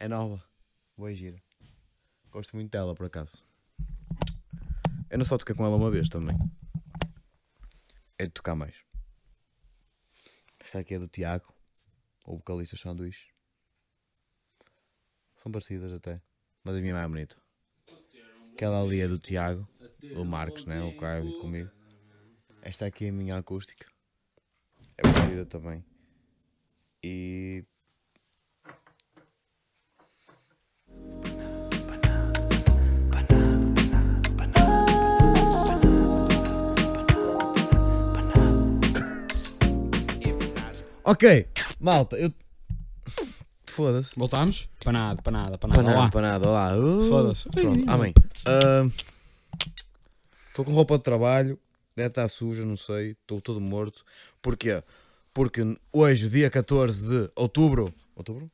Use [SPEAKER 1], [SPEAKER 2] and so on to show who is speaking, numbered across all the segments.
[SPEAKER 1] É nova. Boa e gira. Gosto muito dela, por acaso. Eu não só toquei com ela uma vez também. É de tocar mais. Esta aqui é do Tiago, o vocalista Sanduíche. São parecidas até, mas a minha é mais bonita. Aquela ali é do Tiago, do Marcos, né? O que vai vir comigo. Esta aqui é a minha acústica. É muito gira também. E. Ok, malta, eu. Foda-se.
[SPEAKER 2] Voltámos? Para nada, para nada, para
[SPEAKER 1] Para
[SPEAKER 2] nada.
[SPEAKER 1] nada,
[SPEAKER 2] Olá.
[SPEAKER 1] para nada, olá. Uh,
[SPEAKER 2] Foda-se.
[SPEAKER 1] Pronto, amém. Estou com roupa de trabalho, deve estar suja, não sei, estou todo morto. Porquê? Porque hoje, dia 14 de outubro. Outubro?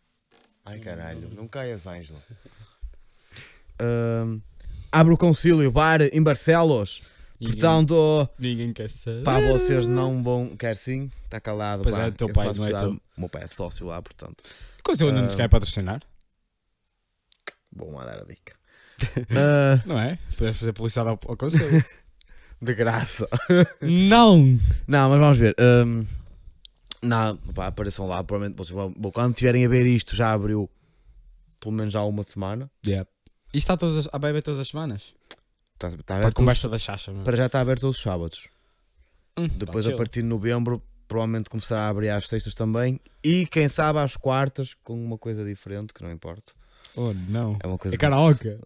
[SPEAKER 1] Ai caralho, não caias, Ângelo. Ahm, abre o concílio bar em Barcelos.
[SPEAKER 2] Ninguém-
[SPEAKER 1] Portanto,
[SPEAKER 2] Ninguém quer saber.
[SPEAKER 1] pá, vocês não vão. Quer sim? Está calado.
[SPEAKER 2] Eh. Pois
[SPEAKER 1] pá.
[SPEAKER 2] é, teu
[SPEAKER 1] Eu
[SPEAKER 2] pai
[SPEAKER 1] faço
[SPEAKER 2] não é
[SPEAKER 1] usar-
[SPEAKER 2] teu.
[SPEAKER 1] O meu pai é sócio lá, portanto.
[SPEAKER 2] Coisa onde não
[SPEAKER 1] Ah.
[SPEAKER 2] nos quer patrocinar,
[SPEAKER 1] Vou mandar a dica. Ah,
[SPEAKER 2] não é? Podemos fazer publicidade ao, ao conselho.
[SPEAKER 1] de graça.
[SPEAKER 2] não!
[SPEAKER 1] Não, mas vamos ver. Hum, não, pá, apareçam lá, provavelmente vocês vão, bom, quando estiverem a ver isto já abriu pelo menos há uma semana.
[SPEAKER 2] Yep. Isto está todas as, a beber todas as semanas?
[SPEAKER 1] Está, está
[SPEAKER 2] Para
[SPEAKER 1] Tá, aberto
[SPEAKER 2] a conversa da chacha,
[SPEAKER 1] todos-
[SPEAKER 2] mano.
[SPEAKER 1] É, para já está aberto todos os sábados.
[SPEAKER 2] Hum,
[SPEAKER 1] Depois
[SPEAKER 2] pá,
[SPEAKER 1] a
[SPEAKER 2] chill.
[SPEAKER 1] partir de novembro provavelmente começará a abrir às sextas também e quem sabe às quartas com uma coisa diferente que não importa.
[SPEAKER 2] Oh, não.
[SPEAKER 1] É uma coisa
[SPEAKER 2] É karaoke?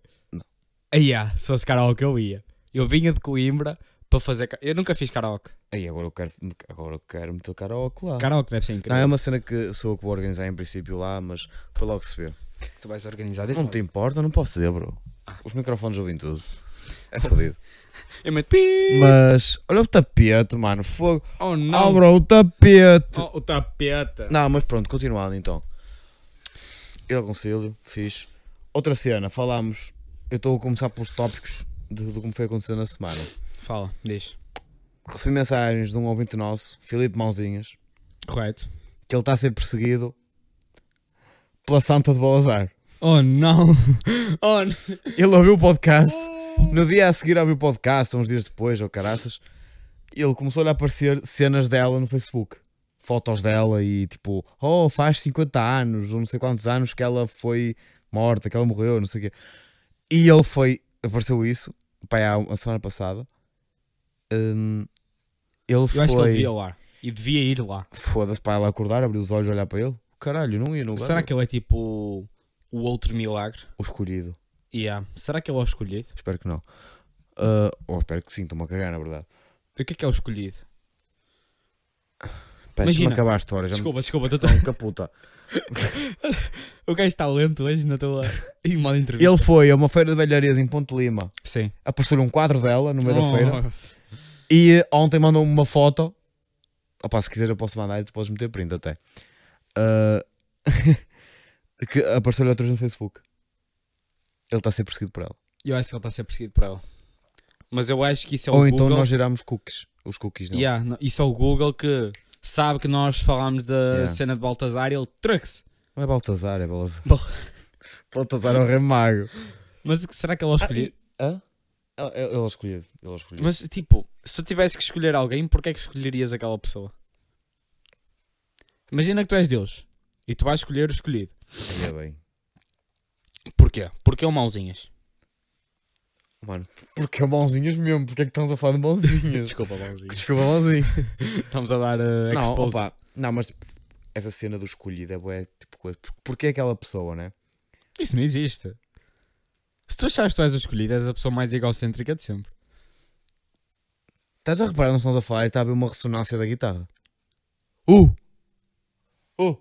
[SPEAKER 2] Aí há, se fosse karaoke eu ia. Eu vinha de Coimbra para fazer. ca- Eu nunca fiz karaoke.
[SPEAKER 1] Aí agora eu quero agora eu quero meter o karaoke lá.
[SPEAKER 2] Karaoke deve ser incrível.
[SPEAKER 1] Ah. Não, é uma cena que sou eu que vou organizar em princípio lá, mas para logo se ver.
[SPEAKER 2] Tu vais organizar
[SPEAKER 1] Não te importa, não posso dizer, bro.
[SPEAKER 2] Ah.
[SPEAKER 1] Os microfones ouvem tudo. É fodido.
[SPEAKER 2] Eu meto pi.
[SPEAKER 1] Mas olha o tapete, mano. Fogo.
[SPEAKER 2] Oh
[SPEAKER 1] Ah,
[SPEAKER 2] não!
[SPEAKER 1] bro, o tapete.
[SPEAKER 2] Oh, o tapeta!
[SPEAKER 1] Não, mas pronto, continuando então. Eu aconselho, fiz. Outra cena, falámos. Eu estou a começar pelos tópicos de, de como foi acontecer na semana.
[SPEAKER 2] Fala, diz.
[SPEAKER 1] Recebi mensagens de um ouvinte nosso, Filipe Mãozinhas,
[SPEAKER 2] Correto.
[SPEAKER 1] que ele está a ser perseguido pela Santa de Balazar.
[SPEAKER 2] Oh não! Oh não!
[SPEAKER 1] Ele ouviu o podcast. No dia a seguir ouviu o podcast, uns dias depois, ou caraças. Ele começou-lhe a aparecer cenas dela no Facebook. Fotos dela e tipo, oh, faz 50 anos, ou não sei quantos anos que ela foi morta, que ela morreu, não sei o quê. E ele foi, apareceu isso, pai, há uma semana passada. Hum, ele
[SPEAKER 2] Eu acho que ele
[SPEAKER 1] foi.
[SPEAKER 2] devia lá. E devia ir lá.
[SPEAKER 1] Foda-se para ela acordar, abrir os olhos, olhar para ele. Caralho, não ia no lugar.
[SPEAKER 2] Será que ele é tipo o outro milagre?
[SPEAKER 1] O escolhido.
[SPEAKER 2] Yeah. Será que ele é o escolhido?
[SPEAKER 1] Espero que não. Ah, ou espero que sim, estou-me a cagar, na verdade.
[SPEAKER 2] O que é que é o escolhido?
[SPEAKER 1] Pera, deixa-me
[SPEAKER 2] Imagina.
[SPEAKER 1] acabar a história. Já me-
[SPEAKER 2] Desculpa, desculpa, tu-
[SPEAKER 1] Então, caputa.
[SPEAKER 2] o gajo está lento hoje na tua. em modo entrevista.
[SPEAKER 1] Ele foi a uma feira de velharias em Ponte Lima,
[SPEAKER 2] Sim.
[SPEAKER 1] apareceu-lhe um quadro dela no meio da
[SPEAKER 2] Oh,
[SPEAKER 1] feira e eh, ontem mandou-me uma foto. Opa, se quiser eu posso mandar e tu podes meter print até. Ah, que apareceu-lhe outra vez no Facebook. Ele está a ser perseguido por ela.
[SPEAKER 2] Eu acho que ele está a ser perseguido por ela. Mas eu acho que isso é o
[SPEAKER 1] Ou
[SPEAKER 2] Google.
[SPEAKER 1] então nós gerámos cookies. Os cookies não.
[SPEAKER 2] Yeah, no- isso é o Google que sabe que nós falámos da
[SPEAKER 1] Yeah.
[SPEAKER 2] cena de Baltazar e ele trucks.
[SPEAKER 1] Não é Baltazar, é Baltazar.
[SPEAKER 2] Bal-
[SPEAKER 1] Baltazar é o rei mago.
[SPEAKER 2] Mas o que- será
[SPEAKER 1] Ah,
[SPEAKER 2] que ele é o escolhido?
[SPEAKER 1] Hã? Ele ele é o escolhido. Ele é o escolhido.
[SPEAKER 2] Mas tipo, se tu tivesse que escolher alguém, porquê é que escolherias aquela pessoa? Imagina que tu és Deus e tu vais escolher o escolhido.
[SPEAKER 1] Ainda bem.
[SPEAKER 2] Porquê? Porque é o mauzinhas.
[SPEAKER 1] Mano, porque é mãozinhas mesmo? Porque é que estamos a falar de mãozinhas?
[SPEAKER 2] Desculpa, mauzinhas.
[SPEAKER 1] Desculpa, mãozinhas.
[SPEAKER 2] Estamos a dar uh,
[SPEAKER 1] Não,
[SPEAKER 2] expose.
[SPEAKER 1] opa, não, mas tipo, essa cena do escolhido é bué, tipo coisa. por- Porque é aquela pessoa, né?
[SPEAKER 2] Isso não existe. Se tu achares que tu és o escolhido, és a pessoa mais egocêntrica de sempre.
[SPEAKER 1] Estás a reparar, não estamos a falar e está a haver uma ressonância da guitarra. Uh! Uh!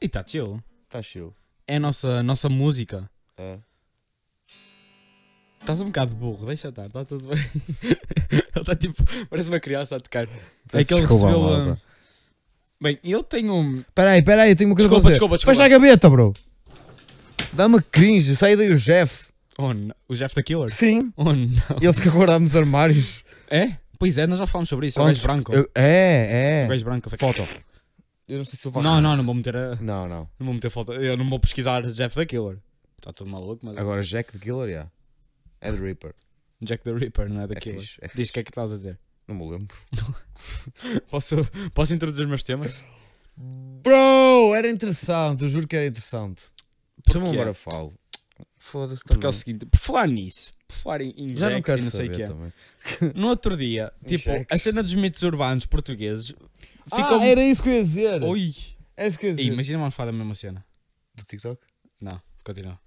[SPEAKER 2] E está chill.
[SPEAKER 1] Está Tá chill.
[SPEAKER 2] É a nossa, nossa música.
[SPEAKER 1] É.
[SPEAKER 2] Estás um bocado burro, deixa estar, está tudo bem. ele está tipo, parece uma criança a tocar. é que ele
[SPEAKER 1] Desculpa,
[SPEAKER 2] recebeu.
[SPEAKER 1] malta.
[SPEAKER 2] hum, Bem, eu tenho um.
[SPEAKER 1] Espera aí, espera aí, tenho uma coisa
[SPEAKER 2] Desculpa,
[SPEAKER 1] para dizer.
[SPEAKER 2] desculpa, desculpa.
[SPEAKER 1] Fecha a gaveta, bro. Dá-me cringe, sai daí o Jeff.
[SPEAKER 2] Oh, não. O Jeff da Killer?
[SPEAKER 1] Sim.
[SPEAKER 2] Oh, não.
[SPEAKER 1] E ele fica guardado nos armários.
[SPEAKER 2] É? Pois é, nós já falámos sobre isso. É o
[SPEAKER 1] Quantos-
[SPEAKER 2] Um gajo branco.
[SPEAKER 1] Eu-
[SPEAKER 2] O
[SPEAKER 1] É, é.
[SPEAKER 2] gajo branco.
[SPEAKER 1] Foto. Eu não sei se eu vou.
[SPEAKER 2] Não, não, não vou meter a-
[SPEAKER 1] não. não.
[SPEAKER 2] Não vou meter foto. Eu não vou pesquisar Jeff the Killer. Está tudo maluco, mas.
[SPEAKER 1] Agora Jack the Killer, yeah. É The Reaper.
[SPEAKER 2] Jack the Ripper, não é the
[SPEAKER 1] É
[SPEAKER 2] Killer.
[SPEAKER 1] fixe, é
[SPEAKER 2] Diz o que é que estás a dizer.
[SPEAKER 1] Não me lembro.
[SPEAKER 2] Posso, posso introduzir os meus temas?
[SPEAKER 1] Bro, era interessante, eu juro que era interessante. Chama-me
[SPEAKER 2] Porquê?
[SPEAKER 1] agora falo. Foda-se
[SPEAKER 2] Porque é
[SPEAKER 1] também.
[SPEAKER 2] o seguinte, por falar nisso, por falar em, em
[SPEAKER 1] Hum. Já não
[SPEAKER 2] Jacks
[SPEAKER 1] quero
[SPEAKER 2] e não sei
[SPEAKER 1] saber
[SPEAKER 2] o que é.
[SPEAKER 1] também.
[SPEAKER 2] No outro dia, tipo,
[SPEAKER 1] Jacks.
[SPEAKER 2] a cena dos mitos urbanos portugueses ficou.
[SPEAKER 1] Ah, era isso que eu ia dizer.
[SPEAKER 2] Oi!
[SPEAKER 1] É isso que eu ia
[SPEAKER 2] Ei,
[SPEAKER 1] dizer.
[SPEAKER 2] imagina vamos falar da mesma cena.
[SPEAKER 1] Do TikTok?
[SPEAKER 2] assim, né? Não, continua.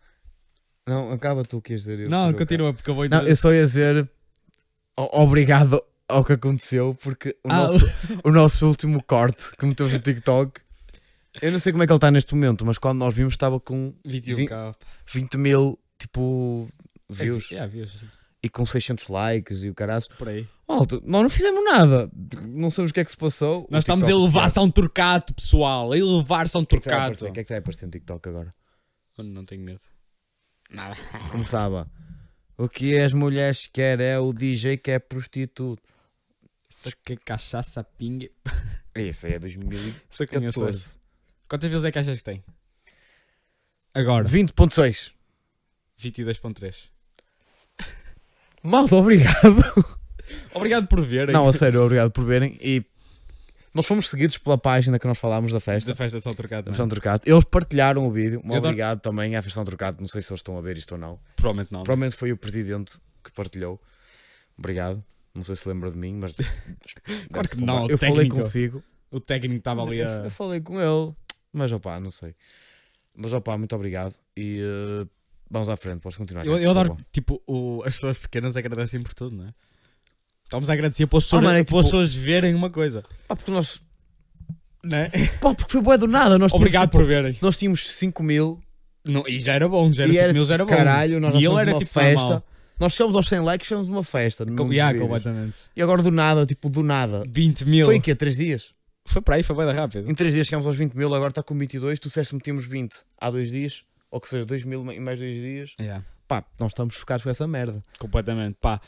[SPEAKER 1] Não, acaba tu o que ias dizer. eu depois eu
[SPEAKER 2] não,
[SPEAKER 1] acabo.
[SPEAKER 2] continua, porque eu vou
[SPEAKER 1] Não, eu só ia dizer o- obrigado ao que aconteceu, porque o,
[SPEAKER 2] Ah,
[SPEAKER 1] nosso, o nosso último corte que metemos no TikTok, eu não sei como é que ele está neste momento, mas quando nós vimos estava com
[SPEAKER 2] 21k.
[SPEAKER 1] 20 mil, tipo, views.
[SPEAKER 2] É, views.
[SPEAKER 1] E com 600 likes e o caralho.
[SPEAKER 2] Por aí.
[SPEAKER 1] Malta, nós não fizemos nada. Não sabemos o que é que se passou. O
[SPEAKER 2] Nós estamos a
[SPEAKER 1] TikTok-
[SPEAKER 2] elevar-se a um turcato, pessoal. A elevar-se a um
[SPEAKER 1] O que é que vai aparecer?
[SPEAKER 2] turcato.
[SPEAKER 1] O que é que vai aparecer no TikTok agora?
[SPEAKER 2] Eu Não tenho medo. Nada.
[SPEAKER 1] Começava. O que as mulheres querem é o DJ que é prostituto.
[SPEAKER 2] Isso que é cachaça pinga.
[SPEAKER 1] Isso aí é 2014.
[SPEAKER 2] Só que conheço esse. Quantas vezes é que achas que tem? Agora,
[SPEAKER 1] 20.6.
[SPEAKER 2] 22.3.
[SPEAKER 1] Malta, obrigado.
[SPEAKER 2] Obrigado por verem.
[SPEAKER 1] Não, a sério, obrigado por verem. E nós fomos seguidos pela página que nós falámos da festa.
[SPEAKER 2] Esta festa está trocada.
[SPEAKER 1] Da
[SPEAKER 2] não é?
[SPEAKER 1] Versão Trocado. Eles partilharam o vídeo. Um
[SPEAKER 2] Eu adoro-
[SPEAKER 1] obrigado também à Versão Trocado. Não sei se eles estão a ver isto ou não.
[SPEAKER 2] Provavelmente não. né?
[SPEAKER 1] Provavelmente foi o presidente que partilhou. Obrigado. Não sei se lembra de mim, mas. claro
[SPEAKER 2] que não,
[SPEAKER 1] Eu
[SPEAKER 2] o
[SPEAKER 1] falei
[SPEAKER 2] técnico.
[SPEAKER 1] consigo.
[SPEAKER 2] O técnico estava ali
[SPEAKER 1] Eu,
[SPEAKER 2] a.
[SPEAKER 1] eu falei com ele. Mas opá, não sei. Mas opá, muito obrigado. E eh, vamos à frente, posso continuar.
[SPEAKER 2] Eu,
[SPEAKER 1] já,
[SPEAKER 2] eu adoro,
[SPEAKER 1] desculpa.
[SPEAKER 2] tipo, o- as pessoas pequenas agradecem por tudo, não é? Estamos a agradecer pelas
[SPEAKER 1] Ah,
[SPEAKER 2] pessoas,
[SPEAKER 1] mano, é que,
[SPEAKER 2] pelas
[SPEAKER 1] tipo-
[SPEAKER 2] pessoas verem uma coisa,
[SPEAKER 1] Pá, porque nós.
[SPEAKER 2] não é?
[SPEAKER 1] Pá, porque foi boa do nada. Nós tínhamos, tipo,
[SPEAKER 2] Obrigado por verem.
[SPEAKER 1] Nós tínhamos 5 mil.
[SPEAKER 2] Não, e já era bom, já era
[SPEAKER 1] E
[SPEAKER 2] 5
[SPEAKER 1] era
[SPEAKER 2] mil,
[SPEAKER 1] tipo,
[SPEAKER 2] já era bom.
[SPEAKER 1] caralho, nós já
[SPEAKER 2] e ele
[SPEAKER 1] fomos
[SPEAKER 2] era
[SPEAKER 1] uma
[SPEAKER 2] tipo
[SPEAKER 1] festa.
[SPEAKER 2] normal.
[SPEAKER 1] Nós chegamos aos 100 likes, chegamos uma festa. num
[SPEAKER 2] Com,
[SPEAKER 1] dos
[SPEAKER 2] yeah,
[SPEAKER 1] vídeos.
[SPEAKER 2] completamente.
[SPEAKER 1] e agora do nada, tipo, do nada.
[SPEAKER 2] 20 mil.
[SPEAKER 1] Foi
[SPEAKER 2] Foi,
[SPEAKER 1] em quê? 3 dias?
[SPEAKER 2] para aí, foi bem rápido.
[SPEAKER 1] Em 3 dias chegámos aos 20 mil, agora está com 22. Tu disseste metíamos 20 há 2 dias, ou que seja, 2 mil em mais 2 dias.
[SPEAKER 2] Yeah,
[SPEAKER 1] Pá, nós estamos chocados com essa merda.
[SPEAKER 2] completamente, pá.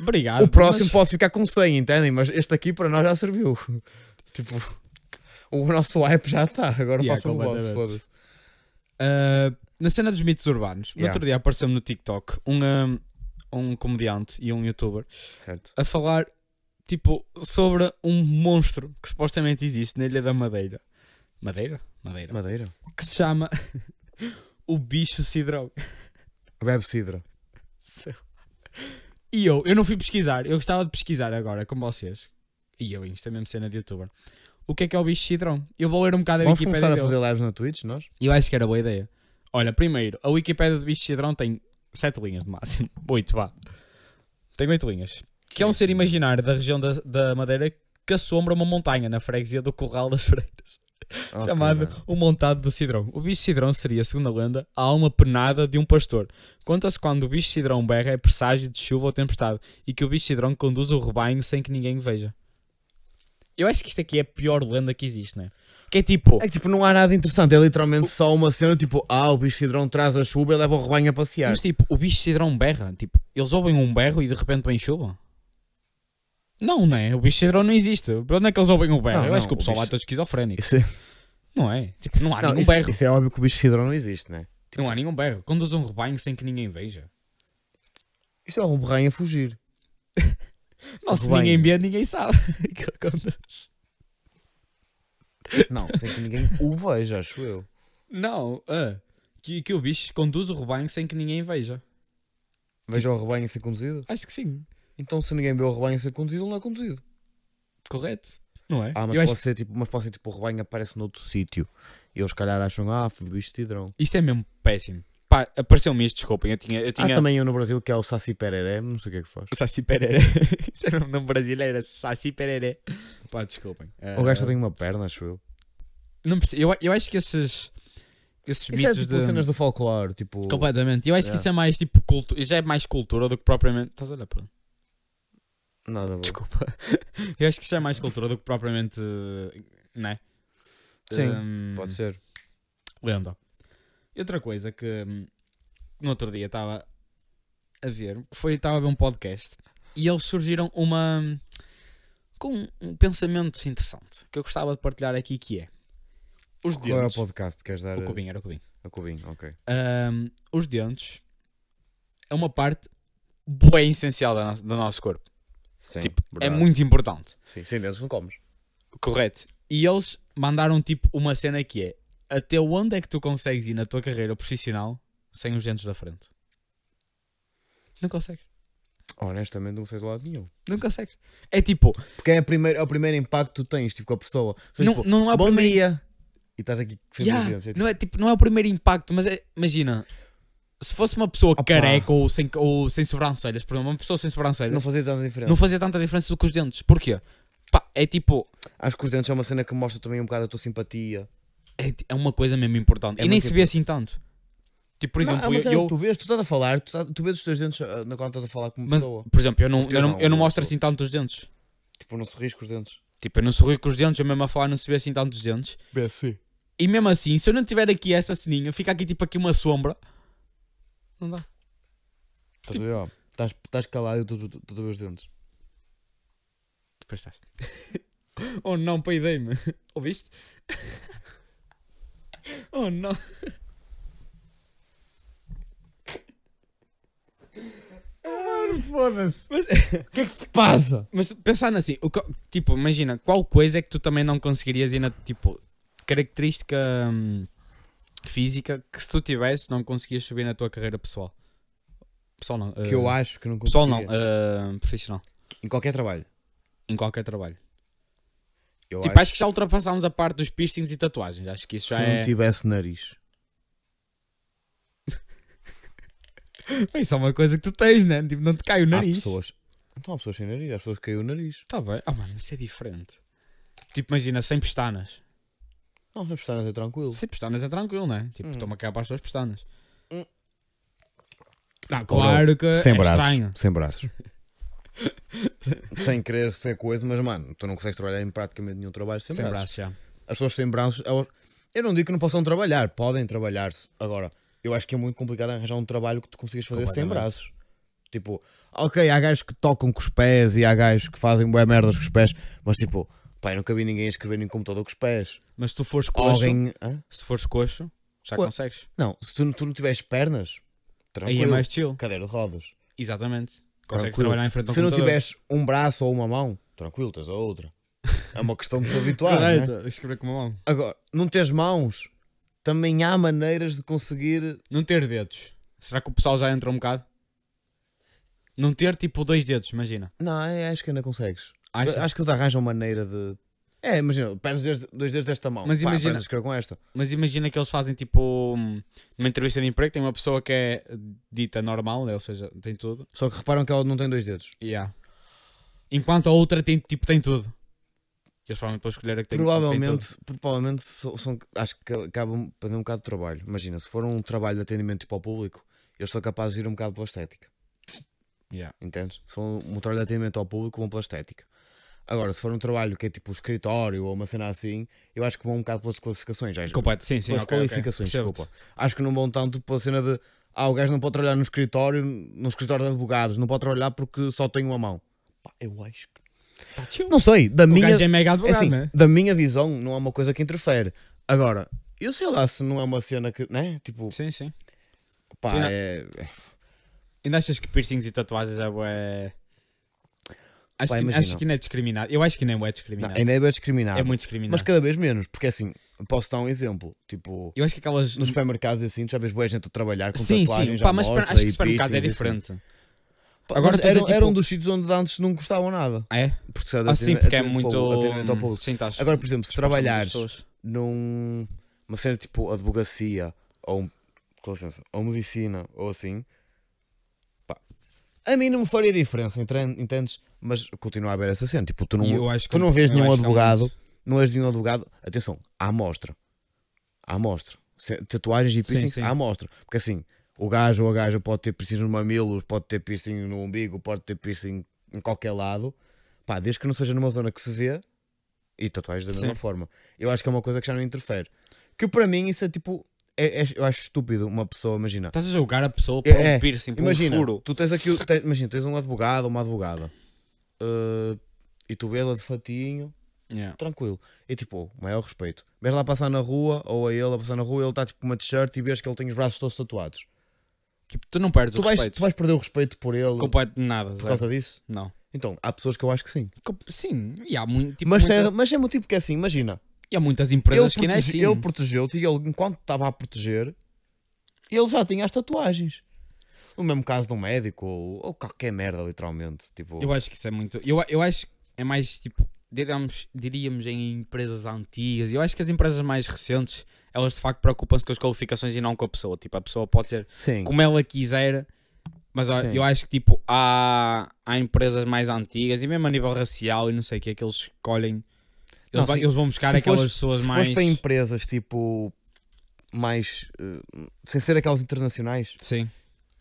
[SPEAKER 2] Obrigado.
[SPEAKER 1] o próximo
[SPEAKER 2] Ah, mas-
[SPEAKER 1] pode ficar com 100, entendem? Mas este aqui para nós já serviu. tipo, o nosso hype já está. Agora
[SPEAKER 2] Yeah,
[SPEAKER 1] façam o vosso,
[SPEAKER 2] completamente.
[SPEAKER 1] foda-se.
[SPEAKER 2] Uh, na cena dos mitos urbanos, no
[SPEAKER 1] Yeah.
[SPEAKER 2] outro dia apareceu-me no TikTok um, um, um comediante e um youtuber
[SPEAKER 1] Certo.
[SPEAKER 2] a falar tipo sobre um monstro que supostamente existe na Ilha da Madeira. Madeira? Madeira.
[SPEAKER 1] É Madeira.
[SPEAKER 2] Que se chama o bicho cidrão.
[SPEAKER 1] Bebe Sidra.
[SPEAKER 2] E eu, eu não fui pesquisar, eu gostava de pesquisar agora com vocês. E eu, isto é mesmo cena de youtuber. O que é que é o bicho cidrão? Eu vou ler um bocado a
[SPEAKER 1] Vamos
[SPEAKER 2] Wikipédia
[SPEAKER 1] começar a
[SPEAKER 2] dele.
[SPEAKER 1] fazer lives na Twitch, nós?
[SPEAKER 2] Eu acho que era boa ideia. Olha, primeiro, a Wikipédia do bicho cidrão tem sete linhas no máximo. oito vá. Tem oito linhas. Que é um ser imaginário da região da, da Madeira que assombra uma montanha na freguesia do Corral das Freiras,
[SPEAKER 1] Ok,
[SPEAKER 2] chamada
[SPEAKER 1] mano.
[SPEAKER 2] o Montado do Cidrão. O bicho cidrão seria, segundo a lenda, a alma penada de um pastor. Conta-se quando o bicho cidrão berra é presságio de chuva ou tempestade e que o bicho cidrão conduz o rebanho sem que ninguém o veja. Eu acho que isto aqui é a pior lenda que existe, né? Que é tipo.
[SPEAKER 1] É que tipo, não há nada interessante, é literalmente só uma cena tipo, ah, o bicho cidrão traz a chuva e leva o rebanho a passear.
[SPEAKER 2] Mas tipo, o bicho cidrão berra. Tipo, eles ouvem um berro e de repente vem chuva? Não, não é? O bicho cidrão não existe. Para onde é que eles ouvem um berro?
[SPEAKER 1] Não,
[SPEAKER 2] Eu
[SPEAKER 1] não,
[SPEAKER 2] acho que
[SPEAKER 1] o
[SPEAKER 2] o pessoal lá
[SPEAKER 1] bicho-
[SPEAKER 2] está esquizofrénico.
[SPEAKER 1] Isso é,
[SPEAKER 2] Não é? Tipo, não há
[SPEAKER 1] não,
[SPEAKER 2] nenhum
[SPEAKER 1] isso,
[SPEAKER 2] berro.
[SPEAKER 1] isso é óbvio que o bicho cidrão não existe, né?
[SPEAKER 2] Não há nenhum berro. Conduz um rebanho sem que ninguém veja.
[SPEAKER 1] Isso é um rebanho a fugir.
[SPEAKER 2] Não, se
[SPEAKER 1] Rebanho.
[SPEAKER 2] ninguém vê, ninguém sabe. que ele conduz.
[SPEAKER 1] Não, sem que ninguém o veja, acho eu.
[SPEAKER 2] Não, ah, que, que o bicho conduz o rebanho sem que ninguém veja.
[SPEAKER 1] Veja o rebanho a ser conduzido?
[SPEAKER 2] Acho que sim.
[SPEAKER 1] Então se ninguém vê o rebanho a ser conduzido, ele não é conduzido.
[SPEAKER 2] Correto. Não é?
[SPEAKER 1] Ah, mas
[SPEAKER 2] Eu acho
[SPEAKER 1] pode, ser, tipo, mas pode ser tipo o rebanho aparece noutro sítio. E eles se calhar acham, ah, foi o bicho cidrão.
[SPEAKER 2] que isto é mesmo péssimo. Pá, apareceu-me isto, desculpem. Eu tinha, eu tinha
[SPEAKER 1] Há também eu no Brasil que é o Saci Pereré, não sei o que é que faz.
[SPEAKER 2] O Saci Pereré. Isso era o nome brasileiro, era Saci Pereré. Pá, desculpem.
[SPEAKER 1] O gajo só tem uma perna, acho eu.
[SPEAKER 2] Não percebo. Eu, eu acho que esses. Esses
[SPEAKER 1] Isso é
[SPEAKER 2] mitos
[SPEAKER 1] tipo
[SPEAKER 2] de.
[SPEAKER 1] cenas do folclore, tipo...
[SPEAKER 2] Completamente. Eu acho que
[SPEAKER 1] Yeah.
[SPEAKER 2] isso é mais tipo cultura. Já é mais cultura do que propriamente. Estás a olhar para.
[SPEAKER 1] Nada, bom.
[SPEAKER 2] Desculpa. eu acho que isso é mais cultura do que propriamente. eh, Né?
[SPEAKER 1] Sim,
[SPEAKER 2] Hum,
[SPEAKER 1] pode ser.
[SPEAKER 2] Lenda. E outra coisa que hum, no outro dia estava a ver, que foi estava a ver um podcast e eles surgiram uma hum, com um pensamento interessante que eu gostava de partilhar aqui que é os
[SPEAKER 1] Qual é era o
[SPEAKER 2] dentes.
[SPEAKER 1] podcast? Queres dar
[SPEAKER 2] O
[SPEAKER 1] a-
[SPEAKER 2] cubinho, era o cubinho.
[SPEAKER 1] a cubinho? Ok.
[SPEAKER 2] Ahm, os dentes é uma parte bem essencial da nossa- do nosso corpo.
[SPEAKER 1] Sim,
[SPEAKER 2] Tipo, É
[SPEAKER 1] verdade.
[SPEAKER 2] muito importante.
[SPEAKER 1] Sim, sem dentes não comes.
[SPEAKER 2] Correto. E eles mandaram tipo uma cena que é até onde é que tu consegues ir na tua carreira profissional sem os dentes da frente? Não consegues.
[SPEAKER 1] Honestamente, não sei de lado nenhum.
[SPEAKER 2] Não consegues. É tipo,
[SPEAKER 1] Porque é, a primeira, é o primeiro impacto que tu tens tipo, com a pessoa. Tu és,
[SPEAKER 2] não,
[SPEAKER 1] tipo,
[SPEAKER 2] não é o
[SPEAKER 1] Bom
[SPEAKER 2] primeiro...
[SPEAKER 1] dia! E estás aqui sem
[SPEAKER 2] Yeah,
[SPEAKER 1] dentes. É, tipo,
[SPEAKER 2] não é tipo, não é o primeiro impacto, mas é- imagina, se fosse uma pessoa
[SPEAKER 1] Opa.
[SPEAKER 2] careca ou sem, ou sem sobrancelhas, por exemplo, uma pessoa sem sobrancelhas,
[SPEAKER 1] não
[SPEAKER 2] não,
[SPEAKER 1] fazia tanta diferença.
[SPEAKER 2] fazia tanta diferença do que os dentes. Porquê? Pá, é tipo,
[SPEAKER 1] Acho que os dentes é uma cena que mostra também um bocado a tua simpatia.
[SPEAKER 2] é, ti- é uma coisa mesmo importante.
[SPEAKER 1] É
[SPEAKER 2] e nem
[SPEAKER 1] muito
[SPEAKER 2] se vê assim tanto. Tipo, por
[SPEAKER 1] Não,
[SPEAKER 2] exemplo,
[SPEAKER 1] é uma
[SPEAKER 2] eu,
[SPEAKER 1] cena que
[SPEAKER 2] eu-
[SPEAKER 1] tu vês, tu estás a falar, tu, estás- tu vês os teus dentes ah, na- quando estás a falar com uma
[SPEAKER 2] mas,
[SPEAKER 1] pessoa. um
[SPEAKER 2] por exemplo, eu não,
[SPEAKER 1] Os
[SPEAKER 2] eu não,
[SPEAKER 1] teus
[SPEAKER 2] eu não
[SPEAKER 1] não,
[SPEAKER 2] mostro
[SPEAKER 1] os
[SPEAKER 2] assim tanto os dentes.
[SPEAKER 1] Tipo, não sorris com os dentes.
[SPEAKER 2] Tipo, eu não sorrio com os dentes, eu mesmo a falar não se vê assim tanto os dentes.
[SPEAKER 1] BC.
[SPEAKER 2] E mesmo assim, se eu não tiver aqui esta ceninha, fica aqui tipo aqui uma sombra. Não dá.
[SPEAKER 1] Estás a ver, ó. Estás, estás calado e eu estou- estou estou a ver os dentes.
[SPEAKER 2] Depois estás. oh não, peidei-me. Ouviste? oh não.
[SPEAKER 1] Foda-se.
[SPEAKER 2] Mas,
[SPEAKER 1] O que é que se passa?
[SPEAKER 2] mas pensando assim, o que- tipo, imagina, qual coisa é que tu também não conseguirias ir na, tipo, característica hum, física que se tu tivesse não conseguias subir na tua carreira pessoal? Pessoal não.
[SPEAKER 1] Que
[SPEAKER 2] eh,
[SPEAKER 1] eu acho que não
[SPEAKER 2] Pessoal não,
[SPEAKER 1] conseguiria.
[SPEAKER 2] eh, profissional.
[SPEAKER 1] Em qualquer trabalho.
[SPEAKER 2] Em qualquer trabalho.
[SPEAKER 1] Eu
[SPEAKER 2] tipo, acho... que já ultrapassámos a parte dos piercings e tatuagens. Acho que isso já
[SPEAKER 1] se
[SPEAKER 2] é...
[SPEAKER 1] não tivesse nariz. tipo,
[SPEAKER 2] Isso é uma coisa que tu tens, né? Tipo, não te cai o
[SPEAKER 1] Há
[SPEAKER 2] nariz.
[SPEAKER 1] pessoas. Então há pessoas sem nariz, há pessoas que caiu o nariz.
[SPEAKER 2] Tá bem. Ah, mano, isso é diferente. Tipo, imagina, sem pestanas.
[SPEAKER 1] Não, sem pestanas é tranquilo.
[SPEAKER 2] Sem pestanas é tranquilo, né? Tipo,
[SPEAKER 1] Hum.
[SPEAKER 2] toma cá para as tuas pestanas.
[SPEAKER 1] Hum.
[SPEAKER 2] Não, claro que é estranho.
[SPEAKER 1] Sem braços. sem querer ser coisa, mas mano, tu não consegues trabalhar em praticamente nenhum trabalho sem,
[SPEAKER 2] Sem
[SPEAKER 1] braços.
[SPEAKER 2] braço, já.
[SPEAKER 1] As pessoas sem braços, elas- eu não digo que não possam trabalhar, podem trabalhar-se. Agora, eu acho que é muito complicado arranjar um trabalho que tu consigas fazer sem
[SPEAKER 2] Completamente.
[SPEAKER 1] braços. Tipo, ok, há gajos que tocam com os pés e há gajos que fazem bué merdas com os pés, mas tipo, pá, eu nunca vi ninguém a escrever em computador com os pés.
[SPEAKER 2] Mas se tu fores coxo,
[SPEAKER 1] Alguém. Hã?
[SPEAKER 2] se tu fores coxo, já
[SPEAKER 1] Co-
[SPEAKER 2] consegues.
[SPEAKER 1] Não, se tu, tu não tiveres pernas,
[SPEAKER 2] Aí
[SPEAKER 1] tranquilo.
[SPEAKER 2] é mais chill.
[SPEAKER 1] Cadeira de rodas.
[SPEAKER 2] Exatamente. Consegues
[SPEAKER 1] Tranquilo.
[SPEAKER 2] trabalhar em frente a um
[SPEAKER 1] Se não
[SPEAKER 2] computador.
[SPEAKER 1] tiveres um braço ou uma mão, tranquilo, tens a outra. É uma questão de te habituar. não é?
[SPEAKER 2] Direita, escrever com uma mão.
[SPEAKER 1] Agora, não teres mãos, também há maneiras de conseguir.
[SPEAKER 2] Não ter dedos. Será que o pessoal já entra um bocado? Não ter, tipo, dois dedos, imagina.
[SPEAKER 1] Não, é- acho que ainda consegues.
[SPEAKER 2] Acho
[SPEAKER 1] Acho que eles arranjam maneira de. É, imagina, perdes dois, dois dedos desta mão.
[SPEAKER 2] Mas
[SPEAKER 1] Pá,
[SPEAKER 2] imagina-
[SPEAKER 1] aprendes a escrever com esta.
[SPEAKER 2] Mas imagina que eles fazem tipo um- numa entrevista de emprego, tem uma pessoa que é dita normal, né? ou seja, tem tudo.
[SPEAKER 1] Só que reparam que ela não tem dois dedos.
[SPEAKER 2] Yeah. Enquanto a outra tem tipo tem tudo. Eles falam para escolher a que tem tem tudo.
[SPEAKER 1] provavelmente, provavelmente so- são, acho que acabam para dar um bocado de trabalho. Imagina, se for um trabalho de atendimento tipo ao público, eles são capazes de ir um bocado pela estética.
[SPEAKER 2] Yeah.
[SPEAKER 1] Entendes? Se for um trabalho de atendimento ao público, vão pela estética. Agora, se for um trabalho que é tipo escritório ou uma cena assim, eu acho que vão um bocado pelas classificações. Acho,
[SPEAKER 2] Completo, sim, sim.
[SPEAKER 1] pelas
[SPEAKER 2] ok, ok.
[SPEAKER 1] qualificações,
[SPEAKER 2] Percebo.
[SPEAKER 1] desculpa. Acho que não vão tanto pela cena de ah, o gajo não pode trabalhar no escritório, no escritório de advogados, não pode trabalhar porque só tem uma mão. Pá, eu acho que.
[SPEAKER 2] Tá chill.
[SPEAKER 1] Não sei, da
[SPEAKER 2] O
[SPEAKER 1] minha.
[SPEAKER 2] gajo é mega
[SPEAKER 1] É
[SPEAKER 2] advogado,
[SPEAKER 1] assim,
[SPEAKER 2] né?
[SPEAKER 1] da minha visão, não é uma coisa que interfere. Agora, eu sei lá se não é uma cena que, né? Tipo,
[SPEAKER 2] Sim, sim.
[SPEAKER 1] pá,
[SPEAKER 2] Sim, não.
[SPEAKER 1] é.
[SPEAKER 2] Ainda achas que piercings e tatuagens é bué... Acho,
[SPEAKER 1] Pá,
[SPEAKER 2] que,
[SPEAKER 1] imagina.
[SPEAKER 2] acho que não é discriminado. Eu acho que nem é
[SPEAKER 1] Não,
[SPEAKER 2] discriminado.
[SPEAKER 1] ainda é bem discriminado.
[SPEAKER 2] é muito discriminado.
[SPEAKER 1] Mas cada vez menos, porque assim, posso dar um exemplo. Tipo,
[SPEAKER 2] Eu acho que aquelas.
[SPEAKER 1] nos supermercados e assim, tu já vês boa gente a trabalhar com
[SPEAKER 2] sim, sim.
[SPEAKER 1] tatuagens
[SPEAKER 2] Pá,
[SPEAKER 1] à
[SPEAKER 2] mas
[SPEAKER 1] mostra
[SPEAKER 2] espera- acho que
[SPEAKER 1] e
[SPEAKER 2] supermercados é
[SPEAKER 1] piercings e assim.
[SPEAKER 2] diferente.
[SPEAKER 1] Pá,
[SPEAKER 2] Agora
[SPEAKER 1] mas
[SPEAKER 2] estou a
[SPEAKER 1] era,
[SPEAKER 2] dizer,
[SPEAKER 1] era
[SPEAKER 2] tipo-
[SPEAKER 1] um dos sítios onde antes não gostavam nada.
[SPEAKER 2] É?
[SPEAKER 1] Por ser
[SPEAKER 2] Ah, sim, porque é
[SPEAKER 1] atendimento ao
[SPEAKER 2] muito.
[SPEAKER 1] público, atendimento ao público.
[SPEAKER 2] Sim, estás-
[SPEAKER 1] Agora, por exemplo, se trabalhares
[SPEAKER 2] pessoas.
[SPEAKER 1] num uma cena tipo advocacia ou um- com licença, ou medicina ou assim, pá, a mim não me faria diferença, entre- entendes? Mas continua a haver essa cena, tipo, tu
[SPEAKER 2] E
[SPEAKER 1] não,
[SPEAKER 2] eu acho que-
[SPEAKER 1] tu não vês
[SPEAKER 2] eu
[SPEAKER 1] nenhum
[SPEAKER 2] acho que há
[SPEAKER 1] advogado,
[SPEAKER 2] muito.
[SPEAKER 1] não és nenhum advogado, atenção, à amostra, à amostra, Se- tatuagens e
[SPEAKER 2] Sim,
[SPEAKER 1] piercings
[SPEAKER 2] sim.
[SPEAKER 1] à amostra, porque assim, o gajo ou a gaja pode ter piercing nos mamilos, pode ter piercing no umbigo, pode ter piercing em qualquer lado, pá, desde que não seja numa zona que se vê e tatuagens da mesma
[SPEAKER 2] Sim.
[SPEAKER 1] forma. Eu acho que é uma coisa que já não interfere. Que para mim isso é tipo. é- é- eu acho estúpido uma pessoa, imagina.
[SPEAKER 2] Estás a julgar a pessoa por
[SPEAKER 1] É, é.
[SPEAKER 2] um piercing, por
[SPEAKER 1] imagina,
[SPEAKER 2] um furo.
[SPEAKER 1] tu tens aqui. o- te- imagina, tens um advogado ou uma advogada. Uh, e tu vê-la de fatinho, É.
[SPEAKER 2] Yeah.
[SPEAKER 1] tranquilo. E tipo, o maior respeito. Vês lá passar na rua, ou a ele a passar na rua, ele está tipo com uma t-shirt e vês que ele tem os braços todos tatuados.
[SPEAKER 2] Tipo, tu não perdes
[SPEAKER 1] Tu
[SPEAKER 2] o
[SPEAKER 1] vais,
[SPEAKER 2] respeito.
[SPEAKER 1] tu vais perder o respeito por ele
[SPEAKER 2] Completo de nada.
[SPEAKER 1] por
[SPEAKER 2] zero.
[SPEAKER 1] causa disso?
[SPEAKER 2] Não.
[SPEAKER 1] Então, há pessoas que eu acho que sim.
[SPEAKER 2] Com- Sim, e há, muito, tipo,
[SPEAKER 1] mas,
[SPEAKER 2] muita-
[SPEAKER 1] é, mas é um tipo que é assim, imagina.
[SPEAKER 2] e há muitas
[SPEAKER 1] Ele,
[SPEAKER 2] empresas que não é
[SPEAKER 1] protege-
[SPEAKER 2] assim.
[SPEAKER 1] ele protegeu-te e ele, enquanto estava a proteger, ele já tinha as tatuagens. O mesmo caso de um médico ou, ou qualquer merda, literalmente. Tipo,
[SPEAKER 2] Eu acho que isso é muito. Eu, eu acho que é mais tipo. Diríamos, diríamos em empresas antigas. Eu acho que as empresas mais recentes, elas de facto preocupam-se com as qualificações e não com a pessoa. Tipo, a pessoa pode ser
[SPEAKER 1] sim.
[SPEAKER 2] como ela quiser. Mas ó,
[SPEAKER 1] Sim.
[SPEAKER 2] eu acho que tipo, há, há empresas mais antigas e mesmo a nível racial e não sei o que é que eles escolhem. Eles,
[SPEAKER 1] Não,
[SPEAKER 2] vão-
[SPEAKER 1] sim.
[SPEAKER 2] eles vão buscar
[SPEAKER 1] Se
[SPEAKER 2] aquelas
[SPEAKER 1] fores-
[SPEAKER 2] pessoas
[SPEAKER 1] se
[SPEAKER 2] mais.
[SPEAKER 1] fores para empresas tipo mais eh, sem ser aquelas internacionais,
[SPEAKER 2] Sim.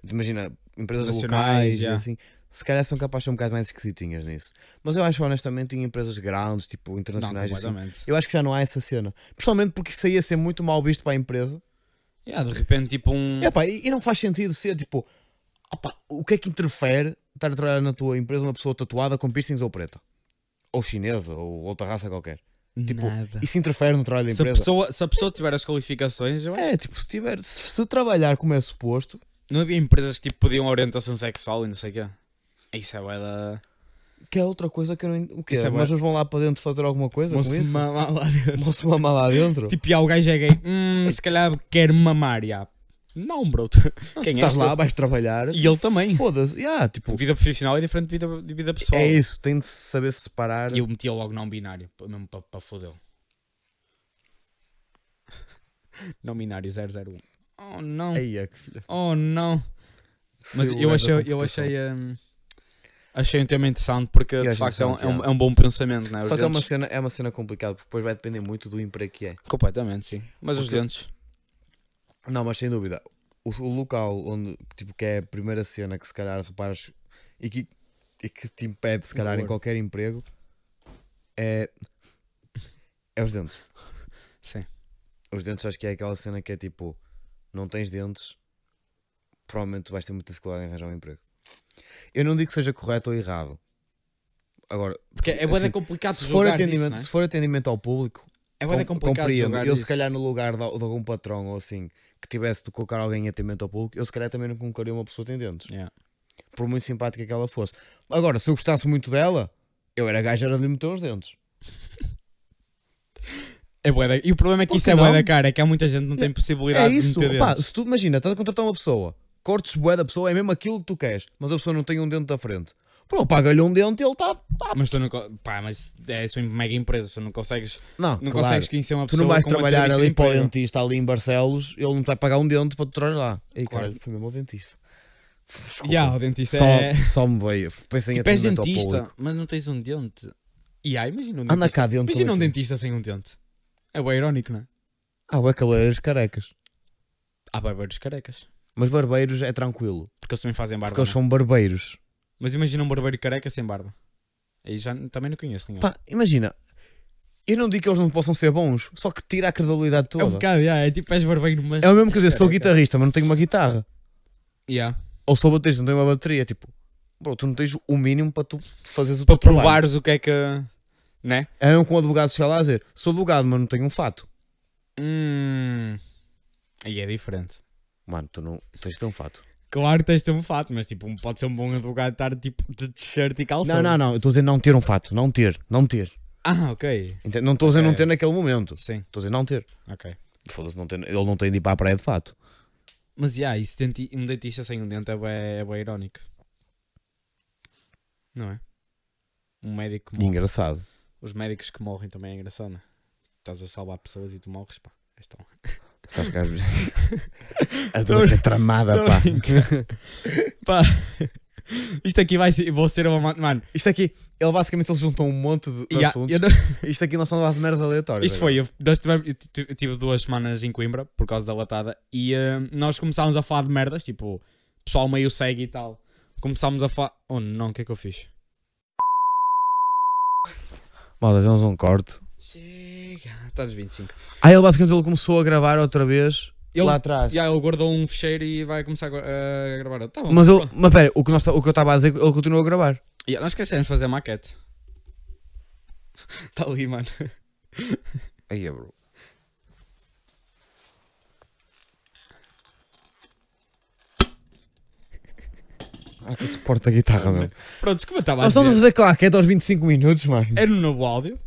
[SPEAKER 1] imagina empresas
[SPEAKER 2] Nacionais,
[SPEAKER 1] locais e
[SPEAKER 2] já.
[SPEAKER 1] assim, se calhar são capazes de ser um bocado mais esquisitinhas nisso. Mas eu acho honestamente em empresas grandes, tipo
[SPEAKER 2] Não,
[SPEAKER 1] internacionais, assim,
[SPEAKER 2] completamente.
[SPEAKER 1] eu acho que já não há essa cena. Principalmente porque isso aí ia ser muito mal visto para a empresa.
[SPEAKER 2] Yeah, de repente, tipo, um.
[SPEAKER 1] Epá, e, e não faz sentido ser tipo, opá, o que é que interfere estar a trabalhar na tua empresa uma pessoa tatuada com piercings ou preta? Ou chinesa, ou outra raça qualquer. tipo,
[SPEAKER 2] nada.
[SPEAKER 1] Isso interfere no trabalho da
[SPEAKER 2] Se a,
[SPEAKER 1] empresa.
[SPEAKER 2] pessoa, se a pessoa tiver as qualificações, eu acho
[SPEAKER 1] É, tipo, se, tiver, se se trabalhar como é suposto,
[SPEAKER 2] Não havia empresas que tipo, pediam orientação sexual e não sei o quê. Isso é bué da...
[SPEAKER 1] que é outra coisa que eu não. en- O quê?
[SPEAKER 2] Isso é bué.
[SPEAKER 1] Mas eles vão lá para dentro fazer alguma coisa com isso?
[SPEAKER 2] mamar lá
[SPEAKER 1] Vão-se mamar lá dentro?
[SPEAKER 2] Tipo, já o gajo é gay. Hum, se calhar quer mamar, já. Não, bro. tu- Quem
[SPEAKER 1] estás
[SPEAKER 2] és
[SPEAKER 1] lá,
[SPEAKER 2] tu?
[SPEAKER 1] vais trabalhar. tipo,
[SPEAKER 2] E ele também.
[SPEAKER 1] Foda-se. Yeah, tipo,
[SPEAKER 2] Vida profissional é diferente de vida, de vida pessoal.
[SPEAKER 1] é isso, tem de se saber separar.
[SPEAKER 2] E eu metia logo não binário, p- mesmo para pa foder. Não binário 001. Oh, não.
[SPEAKER 1] Eia, é que filha.
[SPEAKER 2] Oh, não. Mas
[SPEAKER 1] Figura
[SPEAKER 2] eu
[SPEAKER 1] da
[SPEAKER 2] achei, eu
[SPEAKER 1] computação.
[SPEAKER 2] achei, hum, achei um tema interessante porque
[SPEAKER 1] E
[SPEAKER 2] de
[SPEAKER 1] acho
[SPEAKER 2] facto é um, é, um,
[SPEAKER 1] interessante,
[SPEAKER 2] é um bom pensamento, não é?
[SPEAKER 1] Só
[SPEAKER 2] Os
[SPEAKER 1] que é uma,
[SPEAKER 2] dentes-
[SPEAKER 1] cena, é uma cena complicada, porque depois vai depender muito do emprego que é.
[SPEAKER 2] Completamente, sim. Mas os
[SPEAKER 1] Porque-
[SPEAKER 2] dentes.
[SPEAKER 1] Não, mas sem dúvida. O, o local onde, tipo, que é a primeira cena que se calhar reparas e que, e que te impede, se calhar, em
[SPEAKER 2] Horror.
[SPEAKER 1] qualquer emprego é. É os dentes.
[SPEAKER 2] Sim.
[SPEAKER 1] Os dentes, acho que é aquela cena que é tipo: não tens dentes, provavelmente vais ter muita dificuldade em arranjar um emprego. Eu não digo que seja correto ou errado. Agora,
[SPEAKER 2] Porque é
[SPEAKER 1] bué da
[SPEAKER 2] assim, complicado né?
[SPEAKER 1] se for, atendimento, se for atendimento ao público,
[SPEAKER 2] é? bué da
[SPEAKER 1] Com-
[SPEAKER 2] complicado
[SPEAKER 1] compreendo.
[SPEAKER 2] julgar
[SPEAKER 1] Eu, se
[SPEAKER 2] isso.
[SPEAKER 1] calhar, no lugar de, de algum patrão ou assim, que tivesse de colocar alguém em atendimento ao público, eu, se calhar, também não colocaria uma pessoa sem dentes,
[SPEAKER 2] Yeah.
[SPEAKER 1] por muito simpática que ela fosse. Agora, se eu gostasse muito dela, eu era gajo, era de lhe meter os dentes.
[SPEAKER 2] É bué da- E o problema é que
[SPEAKER 1] Por
[SPEAKER 2] isso
[SPEAKER 1] que
[SPEAKER 2] é bué
[SPEAKER 1] não?
[SPEAKER 2] da cara, é que há muita gente que não tem
[SPEAKER 1] É
[SPEAKER 2] possibilidade
[SPEAKER 1] isso,
[SPEAKER 2] de meter
[SPEAKER 1] pá,
[SPEAKER 2] dentes.
[SPEAKER 1] se tu imagina, estás a contratar uma pessoa, cortes bué da pessoa, é mesmo aquilo que tu queres, mas a pessoa não tem um dente da frente. Pô, paga-lhe um dente e ele está.
[SPEAKER 2] Mas tu não... co- Pá, mas é isso é uma mega empresa, tu não consegues...
[SPEAKER 1] Não,
[SPEAKER 2] Não
[SPEAKER 1] claro.
[SPEAKER 2] consegues conhecer uma
[SPEAKER 1] Tu
[SPEAKER 2] pessoa
[SPEAKER 1] não vais
[SPEAKER 2] com uma
[SPEAKER 1] trabalhar
[SPEAKER 2] entrevista de
[SPEAKER 1] ali para o
[SPEAKER 2] emprego.
[SPEAKER 1] dentista ali em Barcelos, ele não te vai pagar um dente para tu trazer lá. E
[SPEAKER 2] Claro.
[SPEAKER 1] caralho, foi mesmo ao dentista. Desculpa.
[SPEAKER 2] Yeah, o dentista
[SPEAKER 1] só,
[SPEAKER 2] é...
[SPEAKER 1] só me veio. Pensei em
[SPEAKER 2] Tipo, és
[SPEAKER 1] atendimento ao
[SPEAKER 2] dentista,
[SPEAKER 1] público.
[SPEAKER 2] mas não tens um dente. E aí, imagina um
[SPEAKER 1] Anda
[SPEAKER 2] dentista.
[SPEAKER 1] cá dentro.
[SPEAKER 2] Imagina um
[SPEAKER 1] como é que-
[SPEAKER 2] dentista sem um dente. É bué irónico, não é?
[SPEAKER 1] Ah, é cabeleireiros carecas.
[SPEAKER 2] Há barbeiros carecas.
[SPEAKER 1] Mas barbeiros é tranquilo.
[SPEAKER 2] Porque eles também fazem barba.
[SPEAKER 1] Porque eles
[SPEAKER 2] não é?
[SPEAKER 1] são barbeiros.
[SPEAKER 2] Mas imagina um barbeiro careca sem barba. Aí já n- também não conheço ninguém.
[SPEAKER 1] Pá, imagina. Eu não digo que eles não possam ser bons, só que tira a credibilidade toda.
[SPEAKER 2] é um bocado, yeah, é tipo és barbeiro, mas.
[SPEAKER 1] É o mesmo que dizer, sou
[SPEAKER 2] Careca.
[SPEAKER 1] guitarrista, mas não tenho uma guitarra.
[SPEAKER 2] Yeah.
[SPEAKER 1] Ou sou baterista, não tenho uma bateria. Tipo, bro, tu não tens o mínimo para tu fazeres o
[SPEAKER 2] Para
[SPEAKER 1] teu trabalho.
[SPEAKER 2] provares o que é que. Né?
[SPEAKER 1] É mesmo com o advogado chegar lá a dizer, sou advogado, mas não tenho um fato.
[SPEAKER 2] Hum. Aí é diferente.
[SPEAKER 1] Mano, tu não tens de ter um fato.
[SPEAKER 2] Claro que tens de ter um fato, mas tipo, um- pode ser um bom advogado estar tipo de t-shirt e calção.
[SPEAKER 1] Não, não, não. Eu estou a dizer não ter um fato. Não ter, não ter.
[SPEAKER 2] Ah, ok.
[SPEAKER 1] Entende? Não estou a dizer não
[SPEAKER 2] Ok.
[SPEAKER 1] ter naquele momento.
[SPEAKER 2] Sim,
[SPEAKER 1] Estou a dizer não ter.
[SPEAKER 2] ok.
[SPEAKER 1] Foda-se, não tem- ele não tem de ir para a praia de fato.
[SPEAKER 2] Mas yeah, isso denti... um dentista sem um dente é bem, é bué irónico. Não é? Um médico que
[SPEAKER 1] E
[SPEAKER 2] morre.
[SPEAKER 1] engraçado.
[SPEAKER 2] Os médicos que morrem também é engraçado, não é? Estás a salvar pessoas e tu morres, pá. És tão-
[SPEAKER 1] Sabes que às vezes. a doença é tramada,
[SPEAKER 2] Tô a
[SPEAKER 1] pá.
[SPEAKER 2] brincar. Pá, Isto aqui vai ser, vou ser uma. ma- Mano,
[SPEAKER 1] Isto aqui, ele basicamente eles juntam um monte de, de
[SPEAKER 2] ya,
[SPEAKER 1] assuntos.
[SPEAKER 2] eu não-
[SPEAKER 1] Isto aqui não são lá de merdas aleatórias.
[SPEAKER 2] isto foi. Eu, nós tivemos- eu ti- eu tive duas semanas em Coimbra por causa da latada e eh, nós começámos a falar de merdas, tipo, pessoal meio cego e tal. Começámos a falar. Oh não, o que é que eu fiz?
[SPEAKER 1] Malta, temos um corte.
[SPEAKER 2] Chega, está nos 25.
[SPEAKER 1] Ah, ele basicamente ele começou a gravar outra vez
[SPEAKER 2] Ele,
[SPEAKER 1] lá atrás.
[SPEAKER 2] já, ele guardou um fecheiro e vai começar a, gu- a gravar. outro. Tá bom,
[SPEAKER 1] Mas, ele,
[SPEAKER 2] pronto.
[SPEAKER 1] tá, mas pera, o que, nós, ta- o que eu estava a dizer, ele continuou a gravar.
[SPEAKER 2] Ya, nós esquecemos de fazer a maquete. Está Tá ali, mano.
[SPEAKER 1] Aí, é, bro. Ah, que suporta a guitarra, meu.
[SPEAKER 2] Pronto, como eu estava a
[SPEAKER 1] Nós estamos a
[SPEAKER 2] dizer,
[SPEAKER 1] fazer claquete aos 25 minutos, mano.
[SPEAKER 2] era no novo áudio.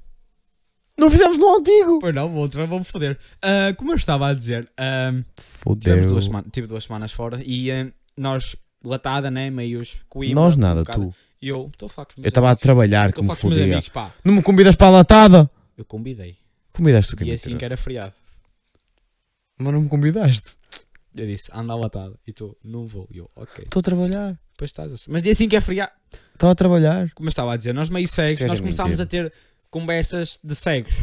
[SPEAKER 1] Não fizemos no antigo.
[SPEAKER 2] Pois não, o outro vou-me foder. Ah, como eu estava a dizer, ah, tivemos
[SPEAKER 1] Fodeu.
[SPEAKER 2] duas semanas, tive duas semanas fora e ah, nós, latada, né? Meios coimbra.
[SPEAKER 1] Nós
[SPEAKER 2] um
[SPEAKER 1] nada,
[SPEAKER 2] bocado.
[SPEAKER 1] tu.
[SPEAKER 2] E eu, estou a falar com os meus
[SPEAKER 1] Eu estava a
[SPEAKER 2] amigos.
[SPEAKER 1] trabalhar,
[SPEAKER 2] Estou a
[SPEAKER 1] como
[SPEAKER 2] falar com os meus
[SPEAKER 1] fodia.
[SPEAKER 2] amigos, pá.
[SPEAKER 1] Não me convidas para a latada?
[SPEAKER 2] Eu convidei.
[SPEAKER 1] Convidaste o que
[SPEAKER 2] E assim que era feriado.
[SPEAKER 1] Mas não me convidaste.
[SPEAKER 2] Eu disse, anda à latada. E tu, não vou. E eu, ok.
[SPEAKER 1] Estou a trabalhar.
[SPEAKER 2] Depois estás assim. Mas e assim que é feriado.
[SPEAKER 1] Estava a trabalhar.
[SPEAKER 2] Como eu estava a dizer, nós meio cegos,
[SPEAKER 1] gajo
[SPEAKER 2] nós
[SPEAKER 1] é
[SPEAKER 2] começámos a ter conversas de cegos.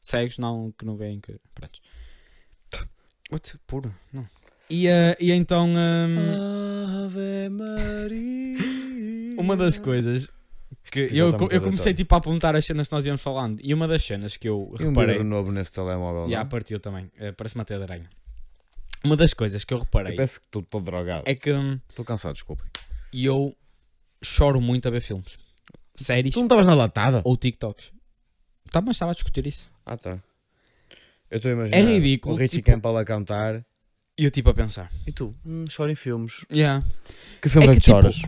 [SPEAKER 2] Cegos, não, que não veem que. Pronto. What? Puro? Não. E, ah, e então. ah,
[SPEAKER 1] Ave Maria.
[SPEAKER 2] Uma das coisas que
[SPEAKER 1] episódio
[SPEAKER 2] eu,
[SPEAKER 1] está
[SPEAKER 2] eu
[SPEAKER 1] muito
[SPEAKER 2] comecei
[SPEAKER 1] aleatório.
[SPEAKER 2] tipo a apontar as cenas que nós íamos falando e uma das cenas que eu
[SPEAKER 1] E um
[SPEAKER 2] reparei
[SPEAKER 1] vidro novo nesse telemóvel.
[SPEAKER 2] e a
[SPEAKER 1] não? é?
[SPEAKER 2] partiu também, eh, parece-me até de aranha. Uma das coisas que eu
[SPEAKER 1] Eu
[SPEAKER 2] reparei
[SPEAKER 1] peço que estou todo drogado.
[SPEAKER 2] é que hum,
[SPEAKER 1] Estou cansado, desculpa.
[SPEAKER 2] eu choro muito a ver filmes, séries
[SPEAKER 1] Tu não estavas na latada?
[SPEAKER 2] ou TikToks. Tá, mas estava a discutir isso.
[SPEAKER 1] Ah, tá. Eu estou a imaginar.
[SPEAKER 2] É ridículo,
[SPEAKER 1] O Richie
[SPEAKER 2] tipo-
[SPEAKER 1] Campbell a cantar.
[SPEAKER 2] E eu tipo a pensar,
[SPEAKER 1] E tu? Hum, choro em filmes.
[SPEAKER 2] yeah,
[SPEAKER 1] Que filme é
[SPEAKER 2] É
[SPEAKER 1] que,
[SPEAKER 2] que, tipo,
[SPEAKER 1] choras?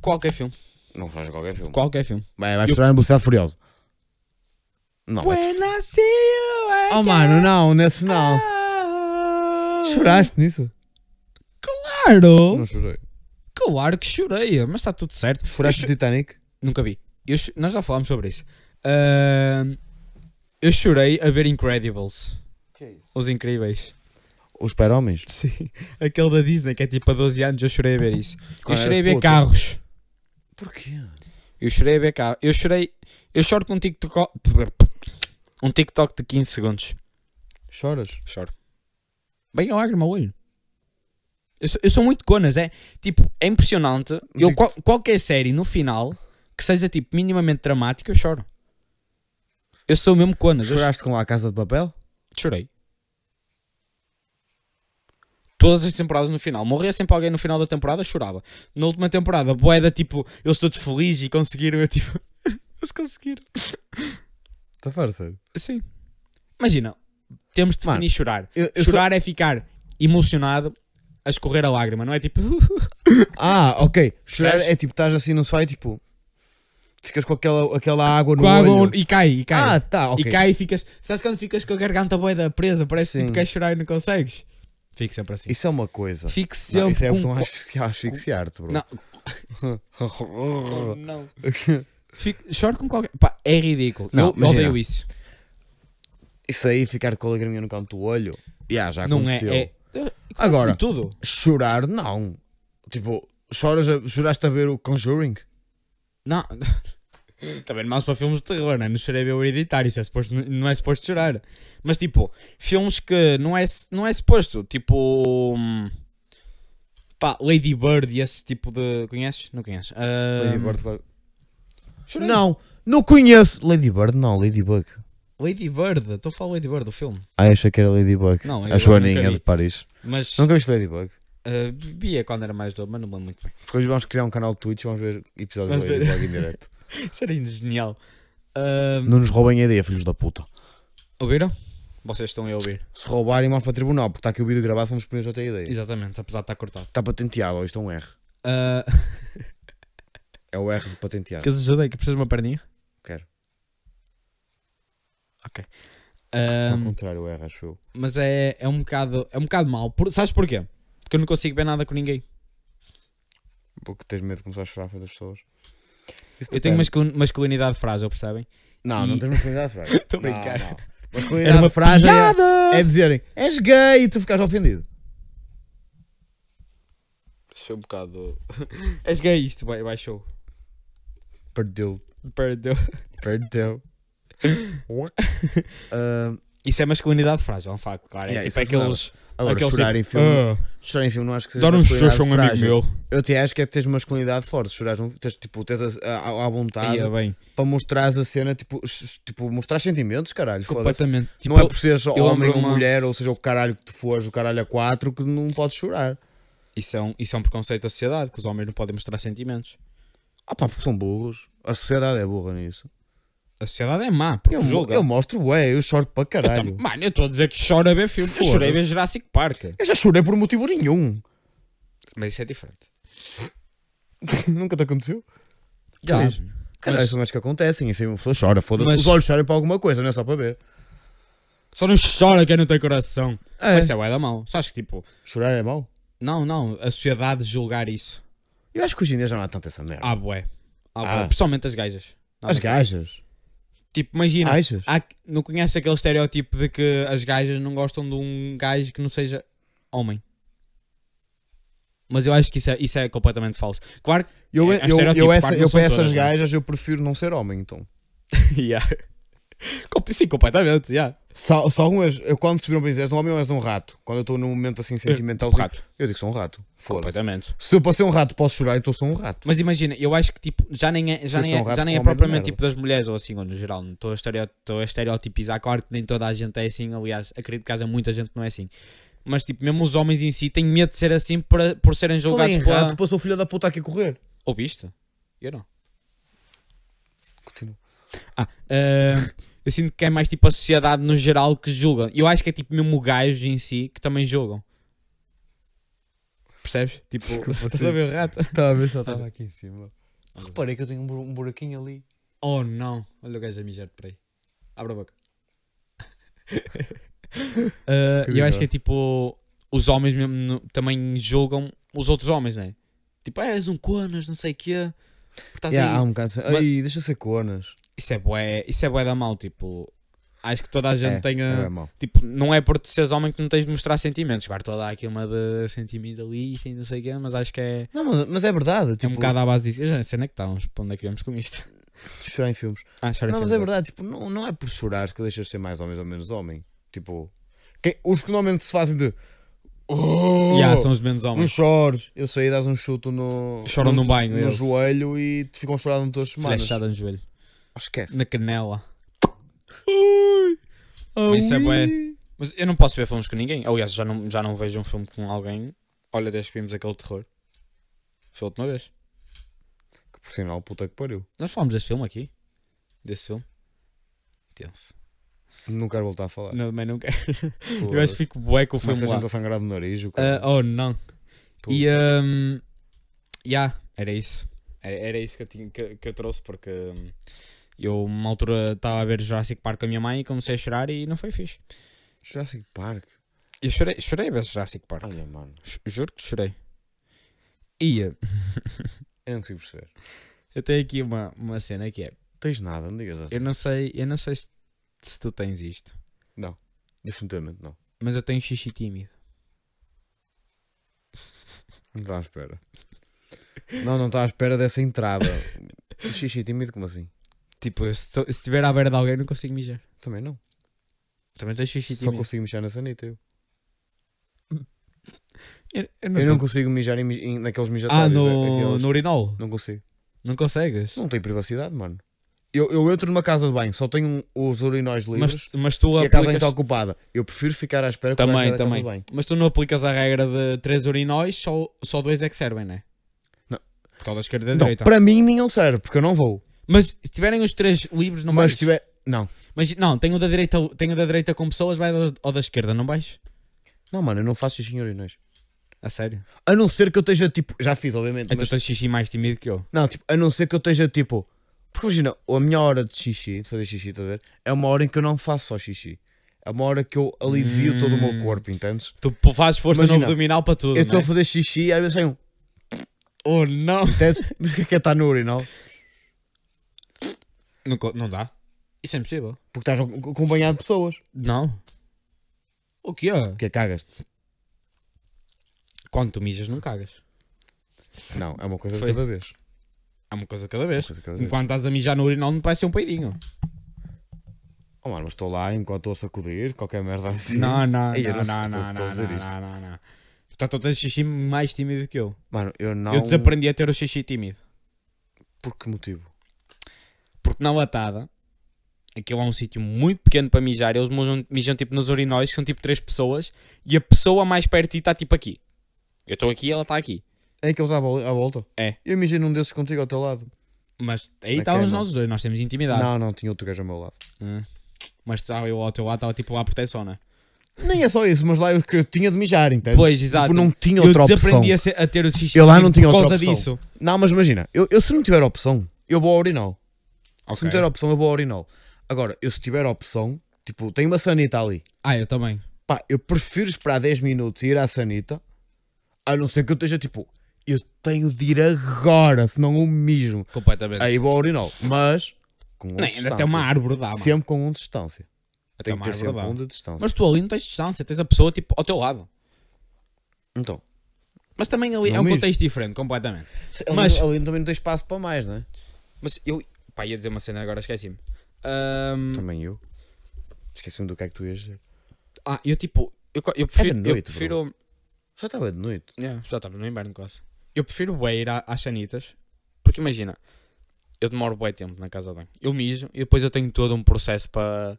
[SPEAKER 2] qualquer filme,
[SPEAKER 1] Não choras em qualquer filme.
[SPEAKER 2] qualquer filme.
[SPEAKER 1] Vai, vais
[SPEAKER 2] Eu-
[SPEAKER 1] chorar em Velocidade Furiosa. Não. vai-
[SPEAKER 2] When I see you
[SPEAKER 1] Oh,
[SPEAKER 2] é?
[SPEAKER 1] mano, não. Nesse não.
[SPEAKER 2] não.
[SPEAKER 1] Choraste nisso?
[SPEAKER 2] Claro,
[SPEAKER 1] Não chorei.
[SPEAKER 2] claro que chorei, mas está tudo certo. Eu
[SPEAKER 1] Choraste
[SPEAKER 2] cho-
[SPEAKER 1] no Titanic?
[SPEAKER 2] Nunca vi. Eu cho- nós já falámos sobre isso. Ahn, eu chorei a ver Incredibles. Os Incríveis.
[SPEAKER 1] Os Super-Homens?
[SPEAKER 2] Sim. Aquele da Disney que é tipo há 12 anos, eu chorei a ver isso.
[SPEAKER 1] Quando
[SPEAKER 2] eu
[SPEAKER 1] eras
[SPEAKER 2] chorei a ver
[SPEAKER 1] puto.
[SPEAKER 2] carros.
[SPEAKER 1] Porquê?
[SPEAKER 2] Eu chorei a ver carros. Eu chorei. Eu choro com um TikTok. Um TikTok de 15 segundos.
[SPEAKER 1] Choras?
[SPEAKER 2] Choro. Bem a lágrima ao olho. Eu sou, eu sou muito conas, é tipo, é impressionante. Eu, qual- qualquer série no final que seja tipo minimamente dramática, eu choro. Eu sou mesmo conas. Eu
[SPEAKER 1] Choraste com a Casa de Papel?
[SPEAKER 2] Chorei. Todas as temporadas no final. Morria sempre alguém no final da temporada, chorava. Na última temporada, boeda, tipo, eu estou todos felizes e conseguiram, eu tipo... Eles conseguiram. Tá
[SPEAKER 1] Está fora, sério?
[SPEAKER 2] Sim. Imagina, temos de
[SPEAKER 1] Mano,
[SPEAKER 2] definir chorar.
[SPEAKER 1] Eu, eu
[SPEAKER 2] chorar é ficar emocionado a escorrer a lágrima, não é tipo...
[SPEAKER 1] sou- Ah, ok. Chorar
[SPEAKER 2] Percebes?
[SPEAKER 1] é tipo, estás assim no sofá e tipo... Ficas com aquela, aquela água no
[SPEAKER 2] com a água
[SPEAKER 1] olho.
[SPEAKER 2] e cai, e cai.
[SPEAKER 1] Ah, tá, ok.
[SPEAKER 2] E cai e ficas... Sabes quando ficas com a garganta boeda presa, parece que
[SPEAKER 1] Sim.
[SPEAKER 2] tipo, queres chorar e não consegues? Fico sempre assim.
[SPEAKER 1] Isso é uma coisa.
[SPEAKER 2] Fico sempre um
[SPEAKER 1] Não, isso é o que
[SPEAKER 2] com
[SPEAKER 1] estão a asfixi- a asfixiar-te, bro.
[SPEAKER 2] Não. não. Fico, choro com qualquer. Pá, é ridículo.
[SPEAKER 1] Não,
[SPEAKER 2] eu
[SPEAKER 1] imagina.
[SPEAKER 2] odeio isso.
[SPEAKER 1] Isso aí, ficar com a lagriminha no canto do olho, yeah, já
[SPEAKER 2] não
[SPEAKER 1] aconteceu.
[SPEAKER 2] é. é... Eu-
[SPEAKER 1] Agora.
[SPEAKER 2] acontece-me tudo.
[SPEAKER 1] Chorar, não. Tipo, choras a- choraste a ver o Conjuring?
[SPEAKER 2] Não. Também não mais para filmes de terror, né? não chorei a ver o hereditário, isso é suposto, não é suposto chorar. Mas tipo, filmes que não é, não é suposto, tipo. hum, Pá, Lady Bird e esse tipo de. Conheces? Não conheces? Ah,
[SPEAKER 1] Lady Bird, claro.
[SPEAKER 2] chorei.
[SPEAKER 1] Não, não conheço. Lady Bird, não, Ladybug.
[SPEAKER 2] Lady Bird, estou a falar Lady Bird do filme.
[SPEAKER 1] Ah, eu achei que era Ladybug.
[SPEAKER 2] Não, Lady
[SPEAKER 1] a
[SPEAKER 2] Bird nunca
[SPEAKER 1] Joaninha
[SPEAKER 2] vi.
[SPEAKER 1] de Paris.
[SPEAKER 2] Mas.
[SPEAKER 1] Nunca viste Ladybug?
[SPEAKER 2] ah, via quando era mais novo, mas não me lembro muito bem.
[SPEAKER 1] Porque hoje vamos criar um canal de Twitch e vamos ver episódios
[SPEAKER 2] Vamos
[SPEAKER 1] do
[SPEAKER 2] ver.
[SPEAKER 1] Ladybug em direto.
[SPEAKER 2] Isso era genial. Ah,
[SPEAKER 1] Não nos roubem a ideia, filhos da puta.
[SPEAKER 2] Ouviram? Vocês estão aí a ouvir.
[SPEAKER 1] Se roubarem, vamos para o tribunal, porque está aqui o vídeo gravado, fomos os primeiros a ter a ideia.
[SPEAKER 2] Exatamente, apesar de estar cortado.
[SPEAKER 1] Está patenteado, ou isto é um R.
[SPEAKER 2] Ah,
[SPEAKER 1] É o R de patenteado.
[SPEAKER 2] Queres ajuda aí que precisas de uma perninha?
[SPEAKER 1] Quero.
[SPEAKER 2] Ok.
[SPEAKER 1] Ao
[SPEAKER 2] Ah,
[SPEAKER 1] contrário, o R, acho eu.
[SPEAKER 2] mas é, é um bocado é um bocado mau. Por- sabes porquê? Porque eu não consigo ver nada com ninguém.
[SPEAKER 1] Porque tens medo de começar a chorar frente das pessoas. Isso
[SPEAKER 2] Eu
[SPEAKER 1] depende.
[SPEAKER 2] tenho masculin- masculinidade frágil, percebem?
[SPEAKER 1] Não, não
[SPEAKER 2] e-
[SPEAKER 1] tens masculinidade frágil.
[SPEAKER 2] Tô a
[SPEAKER 1] Não,
[SPEAKER 2] brincar.
[SPEAKER 1] não. Masculinidade frágil é,
[SPEAKER 2] piada!
[SPEAKER 1] é dizerem és gay e tu ficares ofendido.
[SPEAKER 2] Sou um bocado... És gay isto, vai- baixou.
[SPEAKER 1] Perdeu.
[SPEAKER 2] Perdeu.
[SPEAKER 1] Perdeu. Ah,
[SPEAKER 2] Isso é masculinidade frágil, é um facto, claro. É
[SPEAKER 1] Yeah,
[SPEAKER 2] tipo
[SPEAKER 1] isso é verdade.
[SPEAKER 2] aqueles...
[SPEAKER 1] agora,
[SPEAKER 2] aqueles
[SPEAKER 1] chorar
[SPEAKER 2] tipo,
[SPEAKER 1] em filme.
[SPEAKER 2] "Ah,
[SPEAKER 1] Chorar em filme não acho que seja.
[SPEAKER 2] dar um
[SPEAKER 1] masculinidade
[SPEAKER 2] xoxo a um amigo
[SPEAKER 1] frágil.
[SPEAKER 2] meu.
[SPEAKER 1] Eu até acho que é teres masculinidade forte. Chorares, um- tens, tipo, tens a, a- à vontade
[SPEAKER 2] Ia bem,
[SPEAKER 1] para mostrares a cena, tipo, ch- tipo mostrar sentimentos, caralho. foda-se.
[SPEAKER 2] completamente. Tipo,
[SPEAKER 1] não é por seres homem
[SPEAKER 2] lembro
[SPEAKER 1] ou
[SPEAKER 2] uma-
[SPEAKER 1] mulher, ou seja, o caralho que tu fores, o caralho a quatro, que não podes chorar.
[SPEAKER 2] isso, é um, isso é um preconceito da sociedade, que os homens não podem mostrar sentimentos.
[SPEAKER 1] Ah pá, porque são burros. A sociedade é burra nisso.
[SPEAKER 2] A sociedade é má, porque
[SPEAKER 1] Eu,
[SPEAKER 2] julga.
[SPEAKER 1] eu mostro, ué, eu choro para
[SPEAKER 2] Eu tam-
[SPEAKER 1] caralho. Eu,
[SPEAKER 2] Mano, eu estou a dizer que choro a ver filme. Eu chorei a ver
[SPEAKER 1] Foda-se.
[SPEAKER 2] Jurassic Park.
[SPEAKER 1] já chorei por motivo nenhum.
[SPEAKER 2] Mas isso é diferente.
[SPEAKER 1] Nunca te aconteceu?
[SPEAKER 2] Já.
[SPEAKER 1] Pois. Caralho,
[SPEAKER 2] Mas-
[SPEAKER 1] são as que acontecem. Isso aí uma pessoa chora, foda-se.
[SPEAKER 2] Mas-
[SPEAKER 1] Os olhos choram para alguma coisa, não é só para ver.
[SPEAKER 2] Só não chora quem não tem coração.
[SPEAKER 1] É.
[SPEAKER 2] Mas isso é bué da mal. Só acho que tipo,
[SPEAKER 1] Chorar é mau?
[SPEAKER 2] não, não, a sociedade julgar isso.
[SPEAKER 1] Eu acho que hoje em dia já não há tanta essa merda.
[SPEAKER 2] Ah, bué. Ah, bué.
[SPEAKER 1] Ah.
[SPEAKER 2] Principalmente as gajas. Não,
[SPEAKER 1] As
[SPEAKER 2] não.
[SPEAKER 1] gajas.
[SPEAKER 2] Tipo, imagina,
[SPEAKER 1] Achas?
[SPEAKER 2] há- não conhece aquele estereótipo de que as gajas não gostam de um gajo que não seja homem. Mas eu acho que isso é, isso é completamente falso. Claro que.
[SPEAKER 1] Eu,
[SPEAKER 2] É, é um
[SPEAKER 1] eu, eu,
[SPEAKER 2] estereótipo,
[SPEAKER 1] essa-
[SPEAKER 2] claro, não
[SPEAKER 1] eu
[SPEAKER 2] são
[SPEAKER 1] para essas
[SPEAKER 2] todas, não é?
[SPEAKER 1] gajas eu prefiro não ser homem, então.
[SPEAKER 2] Yeah. Com- Sim, completamente. Yeah.
[SPEAKER 1] Só, só um és, eu quando se viram para dizer és um homem ou és um rato? Quando eu estou num momento assim sentimental,
[SPEAKER 2] um rato.
[SPEAKER 1] assim, eu digo que sou um rato. Foda-se.
[SPEAKER 2] Completamente.
[SPEAKER 1] Se eu passei um rato, posso chorar, então sou um rato.
[SPEAKER 2] Mas imagina, eu acho que tipo, já nem é, já
[SPEAKER 1] Vocês são
[SPEAKER 2] nem
[SPEAKER 1] um
[SPEAKER 2] é,
[SPEAKER 1] rato
[SPEAKER 2] já nem é
[SPEAKER 1] com homem de merda.
[SPEAKER 2] propriamente tipo das mulheres ou assim, ou no geral. não Estou a, estereo- estou a estereotipizar, claro que nem toda a gente é assim. Aliás, acredito que haja muita gente que não é assim. Mas tipo, mesmo os homens em si têm medo de ser assim por, por
[SPEAKER 1] Falei
[SPEAKER 2] serem
[SPEAKER 1] em
[SPEAKER 2] julgados pela.
[SPEAKER 1] um rato, passou o filho da puta aqui a correr.
[SPEAKER 2] Ouviste? Eu não.
[SPEAKER 1] Continua.
[SPEAKER 2] Ah, eh, eu sinto que é mais tipo a sociedade no geral que julga. Eu acho que é tipo mesmo gajos em si que também julgam. Percebes? Tipo, estás a ver o rato?
[SPEAKER 1] Estava Tá a ver se ela estava aqui em cima. Reparei que eu tenho um bur- um buraquinho ali.
[SPEAKER 2] Oh não, olha o gajo a mijar por aí. Abre a boca. Eh,
[SPEAKER 1] Que
[SPEAKER 2] eu acho
[SPEAKER 1] bizarro.
[SPEAKER 2] que é tipo. Os homens mesmo no- também julgam os outros homens, não é? Tipo, "Ah, és um conas, não sei o quê. porque estás
[SPEAKER 1] Yeah,
[SPEAKER 2] aí."
[SPEAKER 1] há um bocado.
[SPEAKER 2] Mas-
[SPEAKER 1] Ai, deixa ser cornas.
[SPEAKER 2] Isso é bué, isso é bué da mal, tipo. Acho que toda a gente
[SPEAKER 1] É,
[SPEAKER 2] tem a.
[SPEAKER 1] é bem mau.
[SPEAKER 2] Tipo, não é por tu seres homem que não tens de mostrar sentimentos. Claro, estou a dar aqui uma de sentimentalista e não sei o quê, mas acho que é,
[SPEAKER 1] Não, mas, mas é verdade.
[SPEAKER 2] é
[SPEAKER 1] Tipo,
[SPEAKER 2] um bocado à base disso. Eu já não sei onde é que estávamos, para onde é que viemos com isto.
[SPEAKER 1] chorar em filmes.
[SPEAKER 2] Ah, chora
[SPEAKER 1] Não,
[SPEAKER 2] em
[SPEAKER 1] mas é
[SPEAKER 2] filmes,
[SPEAKER 1] verdade. Tipo, não, não é por chorar que deixas de ser mais homem ou menos homem. Ó. Tipo, quem- os que normalmente se fazem de.
[SPEAKER 2] é.
[SPEAKER 1] Oh,
[SPEAKER 2] Yeah, são os menos
[SPEAKER 1] Não
[SPEAKER 2] homens.
[SPEAKER 1] chores. Eu sei, dás um chuto no.
[SPEAKER 2] Choram
[SPEAKER 1] no,
[SPEAKER 2] num banho,
[SPEAKER 1] No
[SPEAKER 2] eles.
[SPEAKER 1] joelho e te ficam chorando duas semanas.
[SPEAKER 2] Flechada no joelho.
[SPEAKER 1] Oh, esquece.
[SPEAKER 2] Na canela.
[SPEAKER 1] Ah,
[SPEAKER 2] Mas isso é
[SPEAKER 1] ui.
[SPEAKER 2] bué. Mas eu não posso ver filmes com ninguém. Aliás, já não, já não vejo um filme com alguém. Olha, desde que vimos aquele terror. Foi a última vez.
[SPEAKER 1] Que por sinal, puta que pariu.
[SPEAKER 2] Nós falámos desse filme aqui. Desse filme. Tenso.
[SPEAKER 1] Não quero voltar a falar.
[SPEAKER 2] Não, mas não quero. Eu acho
[SPEAKER 1] Foda-se.
[SPEAKER 2] que fico bué com o
[SPEAKER 1] Como é que
[SPEAKER 2] filme
[SPEAKER 1] vocês
[SPEAKER 2] lá.
[SPEAKER 1] não estão sangrado no nariz? o
[SPEAKER 2] Ah,
[SPEAKER 1] caralho?
[SPEAKER 2] oh, não.
[SPEAKER 1] Puta.
[SPEAKER 2] E um, yeah, era isso. Era, era isso que eu, tinha, que, que eu trouxe porque hum, eu uma altura estava a ver Jurassic Park com a minha mãe e comecei a chorar e não foi fixe. oh.
[SPEAKER 1] Jurassic Park.
[SPEAKER 2] Eu chorei, chorei a ver Jurassic Park.
[SPEAKER 1] Olha, mano.
[SPEAKER 2] Ju- Juro que chorei. E uh,
[SPEAKER 1] Eu não consigo perceber.
[SPEAKER 2] eu tenho aqui uma, uma cena que é.
[SPEAKER 1] Tens nada, não digas assim.
[SPEAKER 2] Eu não sei, eu não sei se, se tu tens isto,
[SPEAKER 1] Definitivamente não.
[SPEAKER 2] mas eu tenho xixi tímido.
[SPEAKER 1] Não estava à espera. Não, não estava à espera dessa entrada. Xixi tímido, como assim?
[SPEAKER 2] Tipo, eu se to- se estiver à beira de alguém, não consigo mijar.
[SPEAKER 1] Também não.
[SPEAKER 2] Também tenho xixi
[SPEAKER 1] Só
[SPEAKER 2] tímido.
[SPEAKER 1] consigo mijar na sanita. Eu,
[SPEAKER 2] Eu, eu
[SPEAKER 1] eu não
[SPEAKER 2] tenho-
[SPEAKER 1] consigo mijar em, mi- em- naqueles mijatórios.
[SPEAKER 2] Ah,
[SPEAKER 1] a-
[SPEAKER 2] no,
[SPEAKER 1] aqueles-
[SPEAKER 2] no urinol?
[SPEAKER 1] Não consigo.
[SPEAKER 2] Não consegues?
[SPEAKER 1] Não tem privacidade, mano. Eu, eu entro numa casa de banho, só tenho os urinóis livres
[SPEAKER 2] Mas, mas tu
[SPEAKER 1] e a casa
[SPEAKER 2] aplicas-
[SPEAKER 1] está ocupada. Eu prefiro ficar à espera que o gajo saia da
[SPEAKER 2] também,
[SPEAKER 1] casa
[SPEAKER 2] também.
[SPEAKER 1] de banho.
[SPEAKER 2] Mas tu não aplicas a regra de três urinóis, só, só dois é que servem, né?
[SPEAKER 1] Não.
[SPEAKER 2] Por causa da esquerda e da
[SPEAKER 1] Não,
[SPEAKER 2] direita.
[SPEAKER 1] para mim nenhum serve, porque eu não vou.
[SPEAKER 2] Mas se tiverem os três livres, não
[SPEAKER 1] mas
[SPEAKER 2] vais.
[SPEAKER 1] se tiver. Não.
[SPEAKER 2] Mas não, tenho o da direita, tenho o da direita com pessoas, vai ao- ao da esquerda, não vais?
[SPEAKER 1] Não, mano, eu não faço xixi em urinóis.
[SPEAKER 2] A sério?
[SPEAKER 1] A não ser que eu esteja tipo. Já fiz, obviamente.
[SPEAKER 2] Então
[SPEAKER 1] mas-
[SPEAKER 2] tens xixi mais tímido que eu.
[SPEAKER 1] Não, tipo, a não ser que eu esteja tipo. Porque imagina, a minha hora de xixi, de fazer xixi, estás a ver? É uma hora em que eu não faço só xixi. É uma hora que eu alivio todo o meu corpo, entendes?
[SPEAKER 2] Tu fazes força no
[SPEAKER 1] Imagina,
[SPEAKER 2] abdominal para Hum. tudo,
[SPEAKER 1] Eu estou
[SPEAKER 2] não é?
[SPEAKER 1] a fazer xixi e às vezes sai um.
[SPEAKER 2] Oh, não.
[SPEAKER 1] Entendes? Mas o que é que é estar no urinal?
[SPEAKER 2] não! co- Não dá. Isso é impossível.
[SPEAKER 1] Porque estás ac- acompanhado de pessoas.
[SPEAKER 2] Não. O que é?
[SPEAKER 1] O que é? Cagas-te?
[SPEAKER 2] Quando tu mijas, não cagas.
[SPEAKER 1] Não, é uma coisa
[SPEAKER 2] Foi.
[SPEAKER 1] de cada vez.
[SPEAKER 2] É uma coisa cada vez.
[SPEAKER 1] coisa cada vez.
[SPEAKER 2] Enquanto estás a mijar no urinal, não vai ser um peidinho.
[SPEAKER 1] Oh mano, mas estou lá enquanto estou a sacudir, qualquer merda assim.
[SPEAKER 2] Não, não,
[SPEAKER 1] Ei, eu
[SPEAKER 2] não,
[SPEAKER 1] sei
[SPEAKER 2] não,
[SPEAKER 1] porque
[SPEAKER 2] não,
[SPEAKER 1] estou a
[SPEAKER 2] não,
[SPEAKER 1] dizer
[SPEAKER 2] não,
[SPEAKER 1] isto.
[SPEAKER 2] não, não, não. Portanto, tu tens xixi mais tímido que eu.
[SPEAKER 1] Mano, eu não.
[SPEAKER 2] Eu desaprendi a ter o xixi tímido.
[SPEAKER 1] Por que motivo?
[SPEAKER 2] Porque na latada, aquilo é um sítio muito pequeno para mijar, eles mijam, mijam, tipo nos urinóis, que são tipo três pessoas, e a pessoa mais perto de ti está tipo aqui. Eu estou aqui e ela está aqui.
[SPEAKER 1] É que eles à vol- à volta.
[SPEAKER 2] É.
[SPEAKER 1] Eu mijei num desses contigo ao teu lado.
[SPEAKER 2] Mas aí
[SPEAKER 1] Na
[SPEAKER 2] estávamos
[SPEAKER 1] queima.
[SPEAKER 2] nós os dois, nós temos intimidade.
[SPEAKER 1] Não, não, tinha outro gajo ao meu lado.
[SPEAKER 2] Ah. Mas estava eu ao teu lado, estava tipo lá a proteção, né?
[SPEAKER 1] Nem é só isso, mas lá eu, eu tinha de mijar, entende?
[SPEAKER 2] Pois, exato.
[SPEAKER 1] Tipo, não tinha
[SPEAKER 2] Eu
[SPEAKER 1] outra opção.
[SPEAKER 2] desaprendi a, ser- a ter o xixi
[SPEAKER 1] Eu lá
[SPEAKER 2] livre
[SPEAKER 1] não tinha
[SPEAKER 2] por
[SPEAKER 1] outra
[SPEAKER 2] causa
[SPEAKER 1] opção.
[SPEAKER 2] disso.
[SPEAKER 1] Não, mas imagina, eu, eu se não tiver opção, eu vou ao urinal. Se
[SPEAKER 2] Ok.
[SPEAKER 1] não tiver opção, eu vou ao urinal. Agora, eu se tiver opção, tipo, tem uma sanita ali.
[SPEAKER 2] Ah, eu também.
[SPEAKER 1] Pá, eu prefiro esperar 10 minutos e ir à sanita, a não ser que eu esteja tipo, eu tenho de ir agora, senão eu mesmo.
[SPEAKER 2] Completamente.
[SPEAKER 1] Aí vou ao urinal, mas com um
[SPEAKER 2] Nem, ainda até
[SPEAKER 1] distância.
[SPEAKER 2] uma árvore dá, mano.
[SPEAKER 1] sempre com um de distância.
[SPEAKER 2] Até
[SPEAKER 1] Tem que
[SPEAKER 2] uma
[SPEAKER 1] ter
[SPEAKER 2] árvore
[SPEAKER 1] sempre
[SPEAKER 2] dá.
[SPEAKER 1] um de distância.
[SPEAKER 2] Mas tu ali não tens distância, tens a pessoa tipo ao teu lado.
[SPEAKER 1] Então,
[SPEAKER 2] Mas também ali
[SPEAKER 1] Não
[SPEAKER 2] é um
[SPEAKER 1] mesmo.
[SPEAKER 2] contexto diferente, completamente.
[SPEAKER 1] ali,
[SPEAKER 2] Mas-
[SPEAKER 1] ali também não tem espaço para mais, não é?
[SPEAKER 2] Mas eu. Pá, ia dizer uma cena agora, esqueci-me. Ahm,
[SPEAKER 1] Também eu. Esqueci-me do que é que tu ias dizer.
[SPEAKER 2] ah, eu tipo. Eu, co- eu prefiro.
[SPEAKER 1] É noite,
[SPEAKER 2] eu prefiro
[SPEAKER 1] Já estava de noite.
[SPEAKER 2] Yeah, já estava no inverno quase. Eu prefiro bué ir à- às Xanitas. Porque imagina, eu demoro bué tempo na casa de banho. Eu mijo e depois eu tenho todo um processo para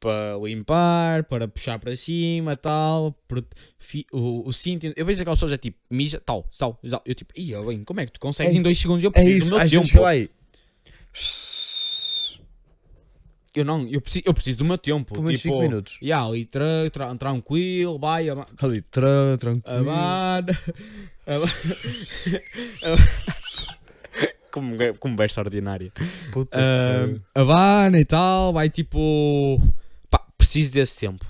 [SPEAKER 2] para limpar, para puxar para cima, tal, pro- fi- o, o cinto. Eu vejo aquelas pessoas é tipo, mija, tal, sal, sal. Eu tipo, ia bem, como é que tu consegues
[SPEAKER 1] É-
[SPEAKER 2] em dois segundos? Eu
[SPEAKER 1] É
[SPEAKER 2] preciso do
[SPEAKER 1] isso,
[SPEAKER 2] meu
[SPEAKER 1] às
[SPEAKER 2] tempo.
[SPEAKER 1] vezes chega lá aí.
[SPEAKER 2] Eu não, eu preciso, eu preciso do meu tempo.
[SPEAKER 1] Pelo menos
[SPEAKER 2] tipo,
[SPEAKER 1] cinco minutos.
[SPEAKER 2] Yeah, ali tra, tra- tranquilo, vai, ama-
[SPEAKER 1] Ali, tra, tranquilo.
[SPEAKER 2] Amar. Como um conversa ordinária.
[SPEAKER 1] Puta que
[SPEAKER 2] Ah, Havana e tal, vai tipo. Pá, preciso desse tempo.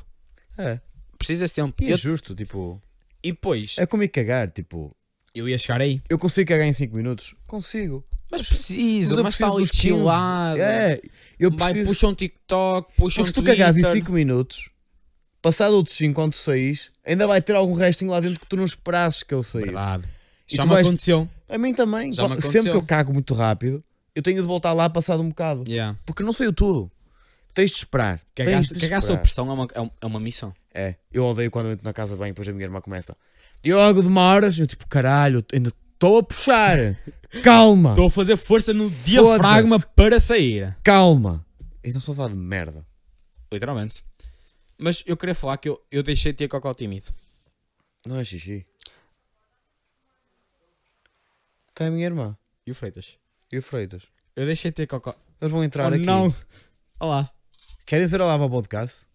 [SPEAKER 1] pariu. É.
[SPEAKER 2] Preciso desse tempo.
[SPEAKER 1] E é
[SPEAKER 2] Eu-
[SPEAKER 1] justo, tipo.
[SPEAKER 2] e depois,
[SPEAKER 1] É como ir cagar, tipo.
[SPEAKER 2] eu ia chegar aí.
[SPEAKER 1] Eu consigo cagar em 5 minutos? Consigo.
[SPEAKER 2] Mas preciso,
[SPEAKER 1] eu
[SPEAKER 2] mas
[SPEAKER 1] preciso
[SPEAKER 2] está ali
[SPEAKER 1] dos 15.
[SPEAKER 2] chilado.
[SPEAKER 1] É. Eu
[SPEAKER 2] Vai,
[SPEAKER 1] preciso.
[SPEAKER 2] puxa um TikTok, puxa um
[SPEAKER 1] Porque se tu
[SPEAKER 2] Twitter.
[SPEAKER 1] cagares em 5 minutos, passado outros 5 quando tu saís, ainda vai ter algum restinho lá dentro que tu não esperasses que eu saísse.
[SPEAKER 2] Verdade.
[SPEAKER 1] E
[SPEAKER 2] Já
[SPEAKER 1] tu
[SPEAKER 2] me
[SPEAKER 1] vais-
[SPEAKER 2] aconteceu.
[SPEAKER 1] A mim também.
[SPEAKER 2] Já me
[SPEAKER 1] Sempre que
[SPEAKER 2] aconteceu.
[SPEAKER 1] eu cago muito rápido, eu tenho de voltar lá passado um bocado.
[SPEAKER 2] Yeah.
[SPEAKER 1] Porque não saiu tudo. Tens de esperar.
[SPEAKER 2] Cagar,
[SPEAKER 1] Tens de
[SPEAKER 2] cagar sob
[SPEAKER 1] esperar.
[SPEAKER 2] pressão é uma, é um- é uma missão.
[SPEAKER 1] É, eu odeio quando eu entro na casa bem e depois a minha irmã começa. Diogo, demoras? Eu tipo, caralho, eu ainda estou a puxar. Calma,
[SPEAKER 2] Estou a fazer força no
[SPEAKER 1] diafragma
[SPEAKER 2] diafragma para sair.
[SPEAKER 1] calma. Eles não são falar de merda.
[SPEAKER 2] Literalmente. Mas eu queria falar que eu, eu deixei de ter cocó tímido.
[SPEAKER 1] Não é xixi. Está a é minha irmã
[SPEAKER 2] E o Freitas?
[SPEAKER 1] e o Freitas.
[SPEAKER 2] Eu deixei de ter cocó.
[SPEAKER 1] Eles vão entrar
[SPEAKER 2] Oh,
[SPEAKER 1] aqui.
[SPEAKER 2] não. Olá.
[SPEAKER 1] Querem ser lá para o podcast?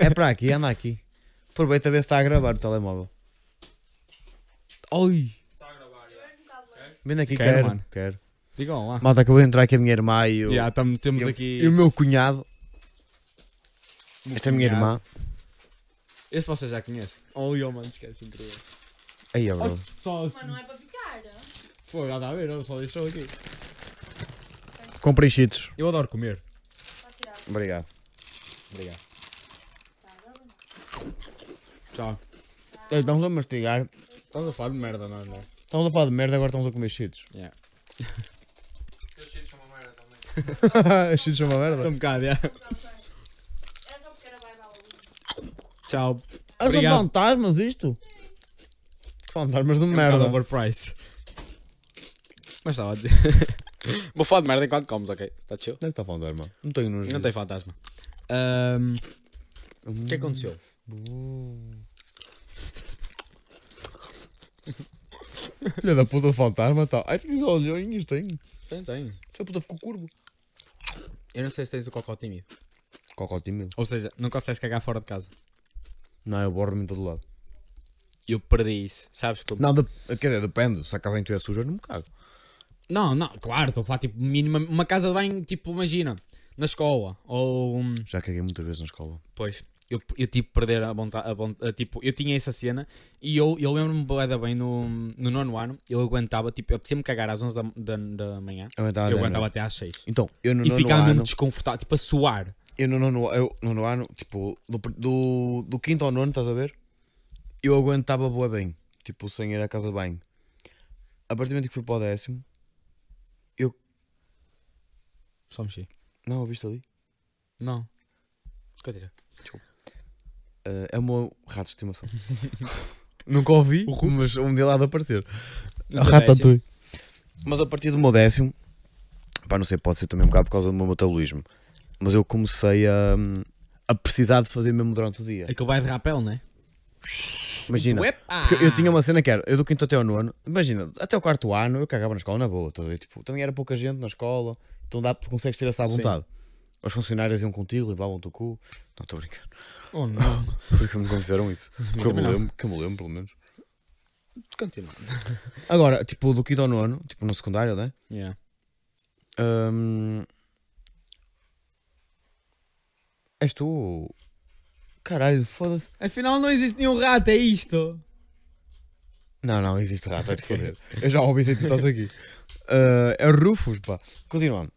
[SPEAKER 1] é para aqui, anda aqui. Aproveita a ver se está a gravar o telemóvel.
[SPEAKER 2] Oi.
[SPEAKER 1] Vem aqui,
[SPEAKER 2] Quero,
[SPEAKER 1] quero.
[SPEAKER 2] mano.
[SPEAKER 1] quero.
[SPEAKER 2] Digam lá.
[SPEAKER 1] Malta, acabou de entrar aqui a minha irmã e o,
[SPEAKER 2] Já tam- temos
[SPEAKER 1] e o-
[SPEAKER 2] aqui.
[SPEAKER 1] e o meu cunhado. Esta é a minha
[SPEAKER 2] cunhado.
[SPEAKER 1] irmã.
[SPEAKER 2] Este vocês já conhecem. Oi, oh, mano, esquece, incrível.
[SPEAKER 1] Aí, ó,
[SPEAKER 2] Olha,
[SPEAKER 1] bro.
[SPEAKER 2] só
[SPEAKER 3] Mas não é para ficar.
[SPEAKER 2] Pô, já dá a ver, ele só deixou aqui.
[SPEAKER 1] Comprei cheetos.
[SPEAKER 2] Eu adoro comer.
[SPEAKER 3] Pode tirar.
[SPEAKER 1] Obrigado.
[SPEAKER 2] Obrigado. Tchau.
[SPEAKER 1] Ei, Estamos a mastigar,
[SPEAKER 2] Estás a falar de merda, não é?
[SPEAKER 1] estamos a falar de merda, agora estamos a comer cheetos.
[SPEAKER 2] Yeah.
[SPEAKER 1] cheetos são uma merda.
[SPEAKER 2] Só um bocado, yeah.
[SPEAKER 3] Era só porque era vai lá o
[SPEAKER 2] Tchau.
[SPEAKER 1] Ah, são
[SPEAKER 2] Obrigado.
[SPEAKER 1] fantasmas isto? Fantasmas de
[SPEAKER 2] merda.
[SPEAKER 1] merda.
[SPEAKER 2] um overpriced. Mas estava a dizer. Vou falar de merda enquanto comes, ok? Está chill?
[SPEAKER 1] Onde é que está fantasma? Não tenho nos.
[SPEAKER 2] Não tem fantasma. Ahm, O que é que aconteceu?
[SPEAKER 1] Filha da puta de fantasma, tal. Ai, tens olhinhos, tem.
[SPEAKER 2] Tem, tem.
[SPEAKER 1] Essa puta ficou curvo.
[SPEAKER 2] Eu não sei se tens o cocó tímido.
[SPEAKER 1] Cocó tímido.
[SPEAKER 2] Ou seja, não consegues cagar fora de casa.
[SPEAKER 1] Não, eu borro-me em todo lado.
[SPEAKER 2] Eu perdi isso. Sabes como?
[SPEAKER 1] Não, de... quer dizer, depende. Se a casa em tu é suja, eu não me cago.
[SPEAKER 2] Não, não, claro, estou a falar tipo mínima. Uma casa de banho, tipo, imagina, na escola. Ou. hum,
[SPEAKER 1] Já caguei muitas vezes na escola.
[SPEAKER 2] Pois. Eu, eu tive que perder a vontade. A vonta- a, tipo, eu tinha essa cena e eu, eu lembro-me bué da bem no, no nono ano. Eu aguentava, tipo, eu me cagar às 11 da, da, da manhã.
[SPEAKER 1] Eu aguentava
[SPEAKER 2] eu
[SPEAKER 1] até à
[SPEAKER 2] aguentava
[SPEAKER 1] noite.
[SPEAKER 2] até às 6.
[SPEAKER 1] Então, eu no
[SPEAKER 2] E
[SPEAKER 1] nono
[SPEAKER 2] ficava mesmo
[SPEAKER 1] ano...
[SPEAKER 2] desconfortável, tipo, a suar.
[SPEAKER 1] Eu no nono, eu, no nono ano, tipo, do, pr- do, do quinto ao nono, estás a ver? Eu aguentava boa bem, tipo, sem ir à casa de banho. A partir do momento que fui para o décimo,
[SPEAKER 2] Só mexi.
[SPEAKER 1] não, ouviste ali?
[SPEAKER 2] Não. Cadê?
[SPEAKER 1] Ah, é o meu rato de estimação. Nunca ouvi,
[SPEAKER 2] O Rufus.
[SPEAKER 1] mas um dia lá de aparecer.
[SPEAKER 2] No
[SPEAKER 1] Ratatouille. Mas a partir do meu décimo, pá, não sei, pode ser também um bocado por causa do meu metabolismo, mas eu comecei a, a precisar de fazer mesmo durante o dia.
[SPEAKER 2] Aquilo vai de rapel, né?
[SPEAKER 1] Imagina.
[SPEAKER 2] Ué, pá!
[SPEAKER 1] Porque eu tinha uma cena que era, eu do quinto até ao nono, imagina, até o quarto ano eu cagava na escola na boa, estás a ver? Tipo, também era pouca gente na escola, então dá, tu consegues ter essa à
[SPEAKER 2] Sim.
[SPEAKER 1] vontade. Os funcionários iam contigo, levavam-te o cu. Não estou a brincar,
[SPEAKER 2] Oh não.
[SPEAKER 1] porque me fizeram isso. que, eu me
[SPEAKER 2] também não.
[SPEAKER 1] lembro, que eu me lembro, pelo menos.
[SPEAKER 2] Continua.
[SPEAKER 1] Agora, tipo, do quinto ao nono, tipo no secundário, né?
[SPEAKER 2] Yeah.
[SPEAKER 1] Hum... És tu. Caralho, foda-se.
[SPEAKER 2] Afinal não existe nenhum rato, é isto.
[SPEAKER 1] Não, não, existe rato, vai-te foder. Eu já ouvi dizer que tu estás aqui. Ah, é Rufus, pá. Continuando.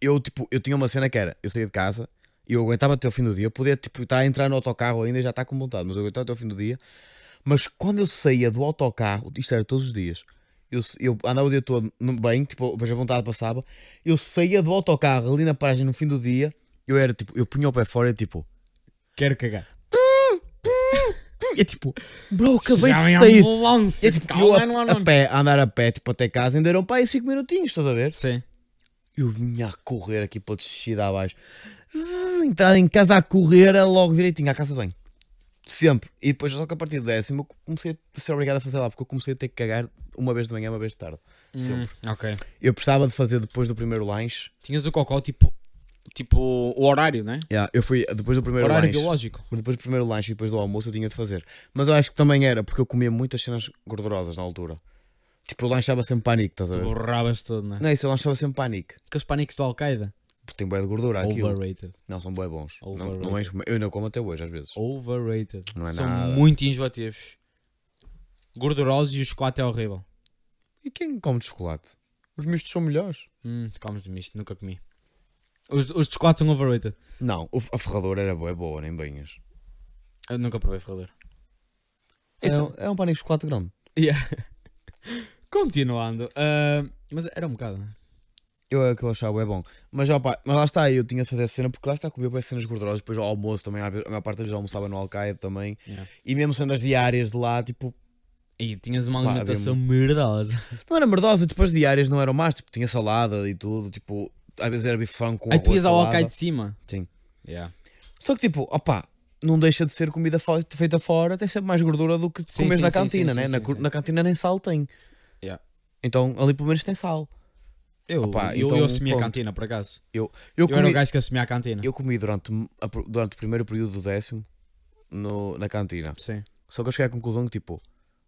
[SPEAKER 1] Eu, tipo, eu tinha uma cena que era, eu saía de casa e eu aguentava até o fim do dia. Eu podia, tipo, estar a entrar no autocarro ainda e já está com vontade, mas eu aguentava até o fim do dia. Mas quando eu saía do autocarro, isto era todos os dias, eu, sa- eu andava o dia todo no- bem, tipo, mas a vontade passava. Eu saía do autocarro ali na paragem no fim do dia, eu era, tipo, eu punha o pé fora e tipo...
[SPEAKER 2] Quero cagar.
[SPEAKER 1] É tipo, bro, acabei
[SPEAKER 2] Já é
[SPEAKER 1] de sair.
[SPEAKER 2] um lance.
[SPEAKER 1] É tipo, eu
[SPEAKER 2] Calma,
[SPEAKER 1] a,
[SPEAKER 2] não há
[SPEAKER 1] a
[SPEAKER 2] nome.
[SPEAKER 1] pé, a andar a pé, tipo, até casa, ainda eram para aí 5 minutinhos, estás a ver?
[SPEAKER 2] Sim.
[SPEAKER 1] Eu vinha a correr aqui para descer de abaixo. Zzz, Entrar em casa a correr era logo direitinho à casa de banho. Sempre. E depois, só que a partir do décimo, eu comecei a ser obrigado a fazer lá, porque eu comecei a ter que cagar uma vez de manhã, uma vez de tarde. Sempre.
[SPEAKER 2] Hum, ok.
[SPEAKER 1] Eu precisava de fazer depois do primeiro lanche.
[SPEAKER 2] Tinhas o cocó tipo. Tipo, o horário, né?
[SPEAKER 1] Yeah, eu fui depois do primeiro
[SPEAKER 2] horário
[SPEAKER 1] lanche.
[SPEAKER 2] biológico.
[SPEAKER 1] Mas depois do primeiro lanche e depois do almoço eu tinha de fazer. Mas eu acho que também era porque eu comia muitas cenas gordurosas na altura. Tipo, eu lanchava sempre pânico, estás a ver?
[SPEAKER 2] Borravas tudo, né?
[SPEAKER 1] Não, é isso eu lanchava sempre pânico.
[SPEAKER 2] Aqueles pânicos do Al-Qaeda.
[SPEAKER 1] Porque tem bué de gordura aquilo.
[SPEAKER 2] Overrated.
[SPEAKER 1] Não, são bué bons. Não, não
[SPEAKER 2] Overrated.
[SPEAKER 1] encho- eu ainda como até hoje, às vezes.
[SPEAKER 2] Overrated.
[SPEAKER 1] Não é
[SPEAKER 2] São
[SPEAKER 1] nada.
[SPEAKER 2] muito enjoativos. Gordurosos e o chocolate é horrível.
[SPEAKER 1] E quem come de chocolate? Os mistos são melhores.
[SPEAKER 2] Hum, comes de misto, nunca comi. Os, os de chocolate são overrated.
[SPEAKER 1] Não, o- a ferradura era boa, boa, nem banhas.
[SPEAKER 2] Eu nunca provei ferradura.
[SPEAKER 1] É,
[SPEAKER 2] Isso-
[SPEAKER 1] um- é um pânico de chocolate grande.
[SPEAKER 2] Yeah. Continuando. ah, mas era um bocado, né?
[SPEAKER 1] Eu é que eu achava é bom. Mas, ó, pá, mas lá está, eu tinha de fazer essa cena, porque lá está comia bué cenas gordurosas, depois ao almoço também, às vezes- a maior parte das vezes almoçava no Al-Qaeda também.
[SPEAKER 2] Yeah.
[SPEAKER 1] E mesmo sendo as diárias de lá, tipo,
[SPEAKER 2] E tinhas uma
[SPEAKER 1] Pá, um
[SPEAKER 2] alimentação merdosa.
[SPEAKER 1] não era merdosa, tipo, as diárias não eram mais, tipo, tinha salada e tudo, tipo, às vezes era bife frango com
[SPEAKER 2] Aí tu
[SPEAKER 1] arroz,
[SPEAKER 2] ias ao
[SPEAKER 1] salada.
[SPEAKER 2] Al-Qaeda de cima.
[SPEAKER 1] Sim.
[SPEAKER 2] Yeah.
[SPEAKER 1] Só que tipo, opá, não deixa de ser comida fo- feita fora, tem sempre mais gordura do que
[SPEAKER 2] Sim,
[SPEAKER 1] comes
[SPEAKER 2] sim,
[SPEAKER 1] na
[SPEAKER 2] sim,
[SPEAKER 1] cantina,
[SPEAKER 2] sim,
[SPEAKER 1] né?
[SPEAKER 2] sim,
[SPEAKER 1] na,
[SPEAKER 2] sim,
[SPEAKER 1] cur-
[SPEAKER 2] sim.
[SPEAKER 1] na cantina nem sal tem.
[SPEAKER 2] Yeah.
[SPEAKER 1] Então ali pelo menos tem sal.
[SPEAKER 2] Eu,
[SPEAKER 1] Opa,
[SPEAKER 2] eu,
[SPEAKER 1] então,
[SPEAKER 2] eu assumi
[SPEAKER 1] pronto.
[SPEAKER 2] a cantina, por acaso.
[SPEAKER 1] Eu, eu,
[SPEAKER 2] Eu, era
[SPEAKER 1] comi,
[SPEAKER 2] o gajo que assumia a cantina.
[SPEAKER 1] eu comi durante, a pr- durante o primeiro período do décimo no, na cantina.
[SPEAKER 2] Sim.
[SPEAKER 1] Só que eu cheguei à conclusão que tipo,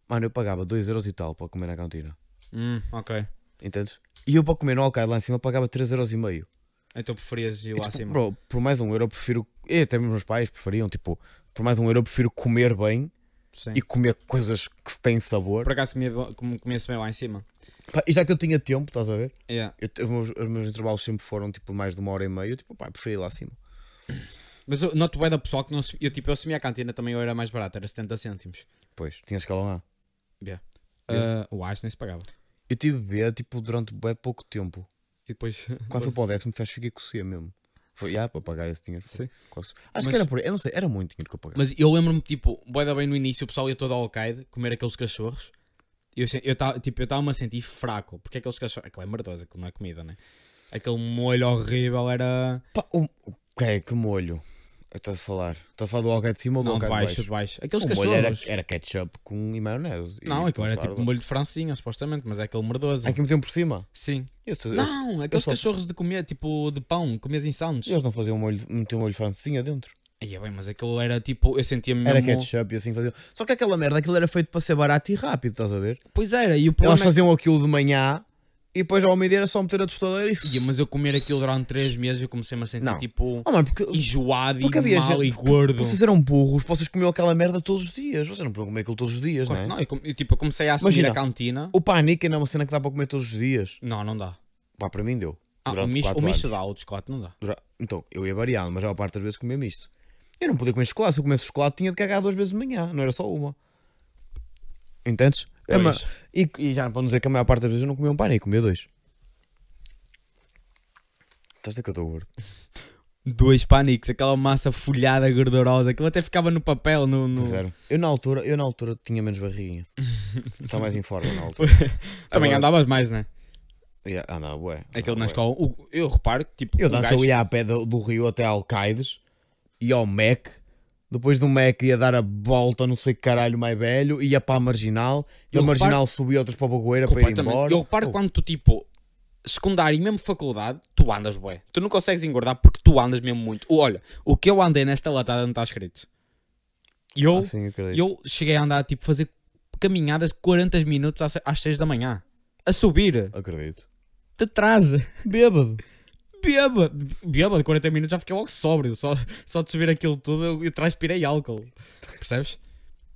[SPEAKER 1] mano, eu pagava 2 euros e tal para comer na cantina.
[SPEAKER 2] Hum, ok.
[SPEAKER 1] Entendes? E eu para comer no Alcaide lá em cima pagava 3 euros e meio.
[SPEAKER 2] Então preferias ir
[SPEAKER 1] E,
[SPEAKER 2] lá
[SPEAKER 1] tipo,
[SPEAKER 2] acima.
[SPEAKER 1] bro, por mais um euro eu prefiro. E até mesmo os meus pais preferiam, tipo, por mais um euro eu prefiro comer bem
[SPEAKER 2] Sim.
[SPEAKER 1] e comer coisas que têm sabor.
[SPEAKER 2] Por acaso comia, bo- com- comia-se bem lá em cima.
[SPEAKER 1] Pá, e já que eu tinha tempo, estás a ver?
[SPEAKER 2] Yeah.
[SPEAKER 1] Eu, te- os, meus, os meus intervalos sempre foram tipo mais de uma hora e meia. Eu tipo, pá, preferi ir lá acima.
[SPEAKER 2] Mas eu noto bem da pessoal que não assumi- eu, tipo, eu assumi a cantina também, eu era mais barato, era 70 cêntimos.
[SPEAKER 1] Pois, tinha escalão lá.
[SPEAKER 2] Yeah.
[SPEAKER 1] Yeah.
[SPEAKER 2] Ah, o AS nem se pagava.
[SPEAKER 1] Eu tive B tipo durante bem pouco tempo.
[SPEAKER 2] E depois.
[SPEAKER 1] Quando fui para o décimo, fez fiquei com ceia mesmo. Foi, ah, para pagar esse dinheiro. foi
[SPEAKER 2] Sim.
[SPEAKER 1] quase. Acho
[SPEAKER 2] Mas-
[SPEAKER 1] que era por aí, eu não sei, era muito dinheiro que eu pagava.
[SPEAKER 2] Mas eu lembro-me, tipo, bué da bem no início, o pessoal ia todo ao Al-Qaeda comer aqueles cachorros. E eu, se- eu estava tipo, eu tava-me a sentir fraco, porque aqueles cachorros. Aquilo é merdoso, aquilo não é comida, né? Aquele molho horrível era.
[SPEAKER 1] Pá, o, o que é, que molho? Eu Estás a falar? Estás a falar do alcaide de cima ou do
[SPEAKER 2] não, de
[SPEAKER 1] alcaide de
[SPEAKER 2] baixo,
[SPEAKER 1] Um baixo?
[SPEAKER 2] de baixo. Aqueles
[SPEAKER 1] O molho era,
[SPEAKER 2] cachorros.
[SPEAKER 1] era ketchup com e maionese.
[SPEAKER 2] Não,
[SPEAKER 1] e
[SPEAKER 2] aquilo era tipo
[SPEAKER 1] mostarda.
[SPEAKER 2] um molho de francinha, supostamente, mas é aquele merdoso.
[SPEAKER 1] É que metiam por cima?
[SPEAKER 2] Sim.
[SPEAKER 1] Eu sou- eu sou-
[SPEAKER 2] Não, aqueles
[SPEAKER 1] só-
[SPEAKER 2] cachorros de comer, tipo, de pão, comias em sounds.
[SPEAKER 1] eles não faziam molho, metiam molho francesinha dentro.
[SPEAKER 2] Ia bem, mas aquilo era tipo, eu sentia mesmo...
[SPEAKER 1] Era ketchup e assim faziam. Só que aquela merda, aquilo era feito para ser barato e rápido, estás a ver?
[SPEAKER 2] Pois era, e o
[SPEAKER 1] Elas
[SPEAKER 2] problema é-
[SPEAKER 1] faziam aquilo de manhã e depois ao meio-dia era só meter a tostadeira e
[SPEAKER 2] Ia, mas eu comer aquilo durante 3 meses, eu comecei-me a sentir
[SPEAKER 1] Não.
[SPEAKER 2] tipo,
[SPEAKER 1] Oh, mano, porque,
[SPEAKER 2] enjoado
[SPEAKER 1] porque
[SPEAKER 2] e
[SPEAKER 1] havia
[SPEAKER 2] mal
[SPEAKER 1] gente.
[SPEAKER 2] e
[SPEAKER 1] porque
[SPEAKER 2] gordo.
[SPEAKER 1] Vocês eram burros, vocês comiam aquela merda todos os dias. Vocês não podiam comer aquilo todos os dias,
[SPEAKER 2] Claro que
[SPEAKER 1] não é?
[SPEAKER 2] Não, eu, com- eu, tipo, eu comecei a assumir
[SPEAKER 1] Imagina.
[SPEAKER 2] a cantina.
[SPEAKER 1] O pânico ainda é uma cena que dá para comer todos os dias.
[SPEAKER 2] Não, não dá.
[SPEAKER 1] Pá, para mim deu.
[SPEAKER 2] Ah, o
[SPEAKER 1] Durante
[SPEAKER 2] misto,
[SPEAKER 1] quatro
[SPEAKER 2] o misto
[SPEAKER 1] anos.
[SPEAKER 2] dá, o de chocolate não dá.
[SPEAKER 1] Dura- Então, eu ia variando, mas a maior parte das vezes comia misto. Eu não podia comer chocolate, se eu comesse chocolate tinha de cagar duas vezes de manhã, não era só uma. Entendes? É,
[SPEAKER 2] Pois.
[SPEAKER 1] mas- e, e já não podemos dizer que a maior parte das vezes eu não comia um pânico, comia dois. Estás a ver que eu estou gordo?
[SPEAKER 2] Dois pânicos, aquela massa folhada, gordurosa, aquilo até ficava no papel, no... no-
[SPEAKER 1] Pois era. Eu na altura, eu na altura tinha menos barriguinha. Estava mais em forma na altura.
[SPEAKER 2] Também
[SPEAKER 1] Agora-
[SPEAKER 2] andavas mais, né?
[SPEAKER 1] Ia- Andava, ué. andava,
[SPEAKER 2] Aquele na
[SPEAKER 1] bué.
[SPEAKER 2] escola, o- eu reparo que tipo,
[SPEAKER 1] Eu
[SPEAKER 2] o
[SPEAKER 1] antes
[SPEAKER 2] gajo-
[SPEAKER 1] eu ia a pé do, do Rio até Alcaides e ao Mac Depois do Mac ia dar a volta, não sei que caralho, mais velho, ia para a marginal, da
[SPEAKER 2] Eu
[SPEAKER 1] marginal subia outras para a Bagoeira para ir
[SPEAKER 2] Completamente.
[SPEAKER 1] embora.
[SPEAKER 2] Eu reparo
[SPEAKER 1] Oh,
[SPEAKER 2] quando tu, tipo, secundário e mesmo faculdade, tu andas bué. Tu não consegues engordar porque tu andas mesmo muito. O- Olha, o que eu andei nesta latada não está escrito. Eu,
[SPEAKER 1] ah, sim, acredito.
[SPEAKER 2] eu cheguei a andar, tipo, fazer caminhadas de 40 minutos às, às 6 da manhã. A subir.
[SPEAKER 1] Acredito.
[SPEAKER 2] De trás.
[SPEAKER 1] Bêbado.
[SPEAKER 2] Bêbado. Bêbado, 40 minutos já fiquei logo sóbrio. Só, só de subir aquilo tudo eu, eu transpirei álcool. Percebes?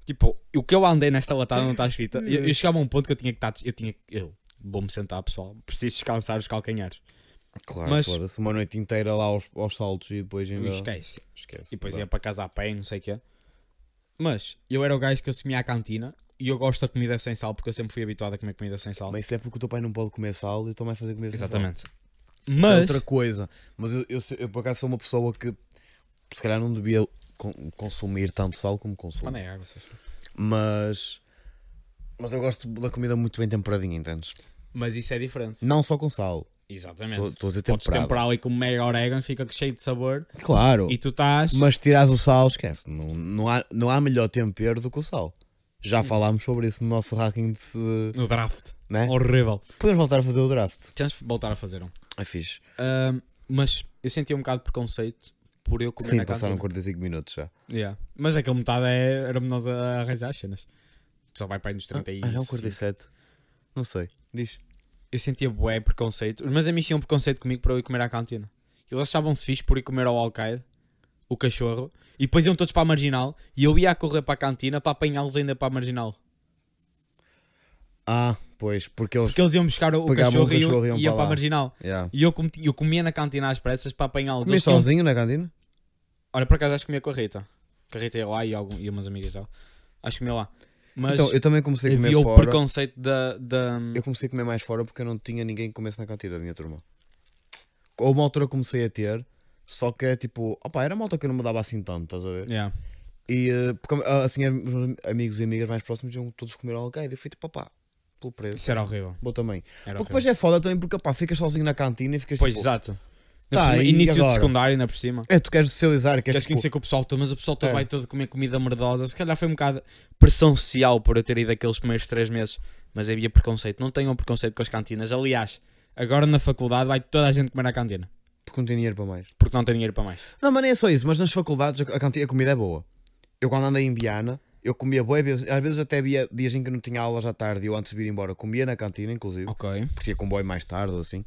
[SPEAKER 2] Tipo, o que eu andei nesta latada não está escrita. Eu, eu chegava a um ponto que eu tinha que estar. Eu tinha que. Eu vou-me sentar, pessoal. Preciso descansar os calcanhares.
[SPEAKER 1] Claro,
[SPEAKER 2] Mas-
[SPEAKER 1] foda-se uma noite inteira lá aos, aos saltos e depois
[SPEAKER 2] Eu
[SPEAKER 1] ainda.
[SPEAKER 2] esquece.
[SPEAKER 1] Esquece.
[SPEAKER 2] E depois é
[SPEAKER 1] Dá.
[SPEAKER 2] ia para casa a pé e não sei o quê. Mas eu era o gajo que assumia a cantina e eu gosto da comida sem sal porque eu sempre fui habituado a comer comida sem sal.
[SPEAKER 1] Mas isso é porque o teu pai não pode comer sal e o teu mãe fazer comer sem sal.
[SPEAKER 2] Exatamente.
[SPEAKER 1] Isso é
[SPEAKER 2] Mas.
[SPEAKER 1] outra coisa. Mas eu, eu, eu, por acaso sou uma pessoa que se calhar não devia con- consumir tanto sal como consumo.
[SPEAKER 2] Manda aí água, vocês.
[SPEAKER 1] Mas. Mas eu gosto da comida muito bem temperadinha, entendes?
[SPEAKER 2] Mas isso é diferente.
[SPEAKER 1] Não só com sal.
[SPEAKER 2] Exatamente.
[SPEAKER 1] Estou estou a dizer
[SPEAKER 2] Podes
[SPEAKER 1] temperado.
[SPEAKER 2] temperar ali com mega orégano, fica cheio de sabor.
[SPEAKER 1] Claro.
[SPEAKER 2] E tu estás.
[SPEAKER 1] Mas tiras o sal, esquece. Não, não, há, não há melhor tempero do que o sal.
[SPEAKER 2] Uhum.
[SPEAKER 1] Já falámos sobre isso no nosso hacking de.
[SPEAKER 2] No draft.
[SPEAKER 1] Né?
[SPEAKER 2] Horrível.
[SPEAKER 1] Podemos voltar a fazer o draft.
[SPEAKER 2] Tens de voltar a fazer um.
[SPEAKER 1] É fixe.
[SPEAKER 2] Ahm, mas eu senti um bocado de preconceito por eu comer
[SPEAKER 1] Sim,
[SPEAKER 2] na
[SPEAKER 1] passaram
[SPEAKER 2] cantina.
[SPEAKER 1] 45 minutos já.
[SPEAKER 2] Yeah. Mas aquela metade é, éramos nós a arranjar as cenas. Só vai para aí nos 30 um e
[SPEAKER 1] Ah, não,
[SPEAKER 2] isso.
[SPEAKER 1] 47. Não sei. Diz.
[SPEAKER 2] Eu sentia bué preconceito. Os meus amigos tinham preconceito comigo para eu ir comer à cantina. Eles achavam-se fixe por ir comer ao Alcaide, o cachorro, e depois iam todos para a marginal e eu ia a correr para a cantina para apanhá-los ainda para a marginal.
[SPEAKER 1] Ah, pois, porque eles.
[SPEAKER 2] Porque eles iam buscar o, o
[SPEAKER 1] Pegavam o
[SPEAKER 2] cachorro, e eu-
[SPEAKER 1] cachorro e
[SPEAKER 2] e
[SPEAKER 1] iam para
[SPEAKER 2] iam, para a
[SPEAKER 1] lá.
[SPEAKER 2] marginal.
[SPEAKER 1] Yeah.
[SPEAKER 2] E eu, cometi- eu comia na cantina às pressas para apanhá-los.
[SPEAKER 1] Comeste
[SPEAKER 2] Eles tinham-
[SPEAKER 1] sozinho na cantina?
[SPEAKER 2] Olha, por acaso acho que comia com a Rita. Com a Rita ia lá e, algum, e umas amigas dela. Acho que comia lá. Mas
[SPEAKER 1] então, eu também comecei a comer
[SPEAKER 2] havia o
[SPEAKER 1] fora.
[SPEAKER 2] preconceito da. da...
[SPEAKER 1] Eu comecei a comer mais fora porque eu não tinha ninguém que comesse na cantina da minha turma. Houve uma altura que comecei a ter, só que é tipo, opá, era uma altura que eu não me dava assim tanto, estás a ver?
[SPEAKER 2] Yeah.
[SPEAKER 1] E eh, porque, ah, assim, os meus amigos e amigas mais próximos iam todos comer ao alcaide. Eu fui tipo, opá, pelo preço,
[SPEAKER 2] Isso era horrível.
[SPEAKER 1] vou também.
[SPEAKER 2] Era
[SPEAKER 1] Porque
[SPEAKER 2] horrível.
[SPEAKER 1] depois é foda também porque, opá, ficas sozinho na cantina e ficas
[SPEAKER 2] Pois,
[SPEAKER 1] tipo,
[SPEAKER 2] exato.
[SPEAKER 1] Tá,
[SPEAKER 2] Tá,
[SPEAKER 1] e
[SPEAKER 2] início de
[SPEAKER 1] agora?
[SPEAKER 2] secundário, ainda por cima.
[SPEAKER 1] é, tu queres socializar, queres
[SPEAKER 2] Queres
[SPEAKER 1] tipo,
[SPEAKER 2] conhecer com o pessoal todo, mas o pessoal todo
[SPEAKER 1] É.
[SPEAKER 2] vai todo comer comida merdosa. Se calhar foi um bocado pressão social por eu ter ido aqueles primeiros três meses. Mas havia preconceito. Não tenham preconceito com as cantinas. Aliás, agora na faculdade vai toda a gente comer à cantina.
[SPEAKER 1] porque não tem dinheiro para mais.
[SPEAKER 2] Porque não tem dinheiro para mais.
[SPEAKER 1] Não, mas nem é só isso, mas nas faculdades a, a cantina, a comida é boa. Eu quando andei em Biana, eu comia boa, às vezes até havia dias em que não tinha aulas à tarde e eu antes de vir embora comia na cantina, inclusive.
[SPEAKER 2] Ok.
[SPEAKER 1] porque ia comboio mais tarde ou assim.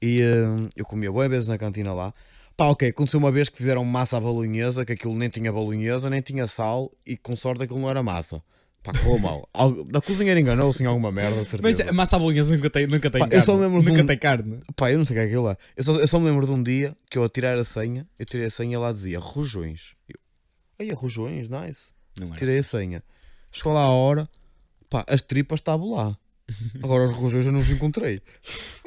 [SPEAKER 1] E hum, eu comia boas vezes na cantina lá. Pá, ok, aconteceu uma vez que fizeram massa à bolonhesa, que aquilo nem tinha bolonhesa, nem tinha sal e com sorte aquilo não era massa. Pá, correu mal. Algo- da cozinheira enganou-se em alguma merda,
[SPEAKER 2] Mas hum,
[SPEAKER 1] certeza.
[SPEAKER 2] a massa à bolonhesa nunca tem, nunca tem
[SPEAKER 1] Pá, eu
[SPEAKER 2] carne.
[SPEAKER 1] só me lembro de
[SPEAKER 2] nunca
[SPEAKER 1] um-
[SPEAKER 2] tem carne.
[SPEAKER 1] Pá, eu não sei o que é aquilo lá. Eu só, eu só me lembro de um dia que eu a tirar a senha, eu tirei a senha e lá dizia rojões. Eu, Ai, é rojões, nice.
[SPEAKER 2] Não era.
[SPEAKER 1] Tirei a senha. Chegou lá a hora, pá, as tripas estavam lá. Agora os rojões eu não os encontrei.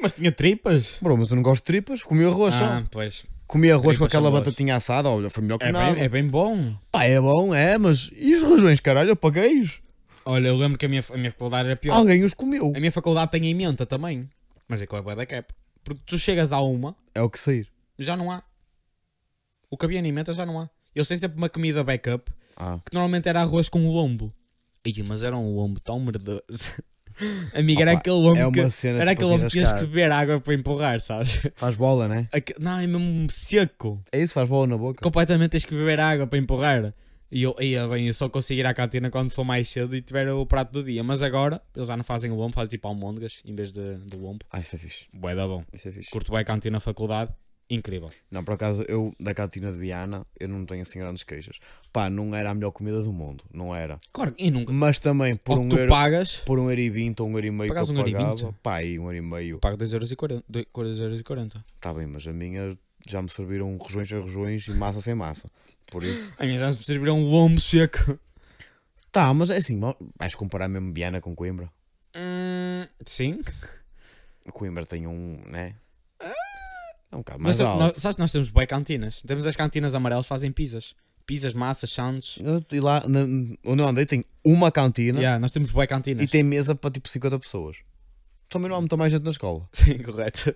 [SPEAKER 2] Mas tinha tripas.
[SPEAKER 1] Bro, mas eu não gosto de tripas, comi arroz só.
[SPEAKER 2] Ah, pois.
[SPEAKER 1] Comi arroz com
[SPEAKER 2] Tripas
[SPEAKER 1] aquela
[SPEAKER 2] são boas.
[SPEAKER 1] batatinha assada, olha, foi melhor que
[SPEAKER 2] É
[SPEAKER 1] nada.
[SPEAKER 2] bem, é bem bom.
[SPEAKER 1] Pá, é bom, é, mas e os rojões, caralho, eu paguei-os.
[SPEAKER 2] Olha, eu lembro que a minha, a minha faculdade era pior.
[SPEAKER 1] Alguém os comeu.
[SPEAKER 2] A minha faculdade tem a menta também. Mas é que é bué da cap. Porque tu chegas a uma,
[SPEAKER 1] É o que sair.
[SPEAKER 2] já não há. O que havia em menta já não há. Eles têm sempre uma comida backup,
[SPEAKER 1] Ah.
[SPEAKER 2] que normalmente era arroz com lombo. Ih, mas era um lombo tão merdoso. Amiga, era
[SPEAKER 1] Opa,
[SPEAKER 2] aquele lombo
[SPEAKER 1] é uma
[SPEAKER 2] que...
[SPEAKER 1] cena
[SPEAKER 2] Era
[SPEAKER 1] de
[SPEAKER 2] aquele lombo que tinhas que beber água para empurrar, sabes?
[SPEAKER 1] Faz bola, né?
[SPEAKER 2] Aque- Não, é mesmo seco.
[SPEAKER 1] É isso, faz bola na boca.
[SPEAKER 2] completamente tens que beber água para empurrar. E eu, ia bem, eu só consigo ir à cantina quando for mais cedo e tiver o prato do dia. Mas agora, eles já não fazem o lombo, fazem tipo almôndegas em vez de, de lombo.
[SPEAKER 1] Ah, isso é fixe.
[SPEAKER 2] Bué da bom.
[SPEAKER 1] Isso é fixe.
[SPEAKER 2] Curto bem a cantina na faculdade, incrível.
[SPEAKER 1] Não, por acaso, eu, da cantina de Viana, eu não tenho assim grandes queixas. Pá, não era a melhor comida do mundo, não era.
[SPEAKER 2] Claro, e nunca.
[SPEAKER 1] Mas também, por
[SPEAKER 2] Ou
[SPEAKER 1] um
[SPEAKER 2] tu
[SPEAKER 1] euro...
[SPEAKER 2] pagas,
[SPEAKER 1] Por um euro e vinte ou um euro e meio que eu
[SPEAKER 2] Pagaste um euro e
[SPEAKER 1] pagava.
[SPEAKER 2] vinte?
[SPEAKER 1] Pá, e um euro e meio.
[SPEAKER 2] pago 2,40€. 2,40€.
[SPEAKER 1] Tá bem, mas a minha já me serviram rojões a rojões e massa sem massa. Por isso...
[SPEAKER 2] A minha já me serviram um lombo seco.
[SPEAKER 1] Tá, mas é assim, vais comparar mesmo Viana com Coimbra?
[SPEAKER 2] Hum, sim.
[SPEAKER 1] Coimbra tem um, né? É um bocado
[SPEAKER 2] Mas
[SPEAKER 1] mais
[SPEAKER 2] eu- nós,
[SPEAKER 1] alto.
[SPEAKER 2] sabes que nós temos bem cantinas. Temos as cantinas amarelas, fazem pizzas. Pizzas, massas, sandes.
[SPEAKER 1] E lá, na, onde eu andei, tem uma cantina
[SPEAKER 2] Yeah, nós temos bem cantinas.
[SPEAKER 1] e tem mesa para tipo 50 pessoas. Também não há muita mais gente na escola.
[SPEAKER 2] Sim, correto.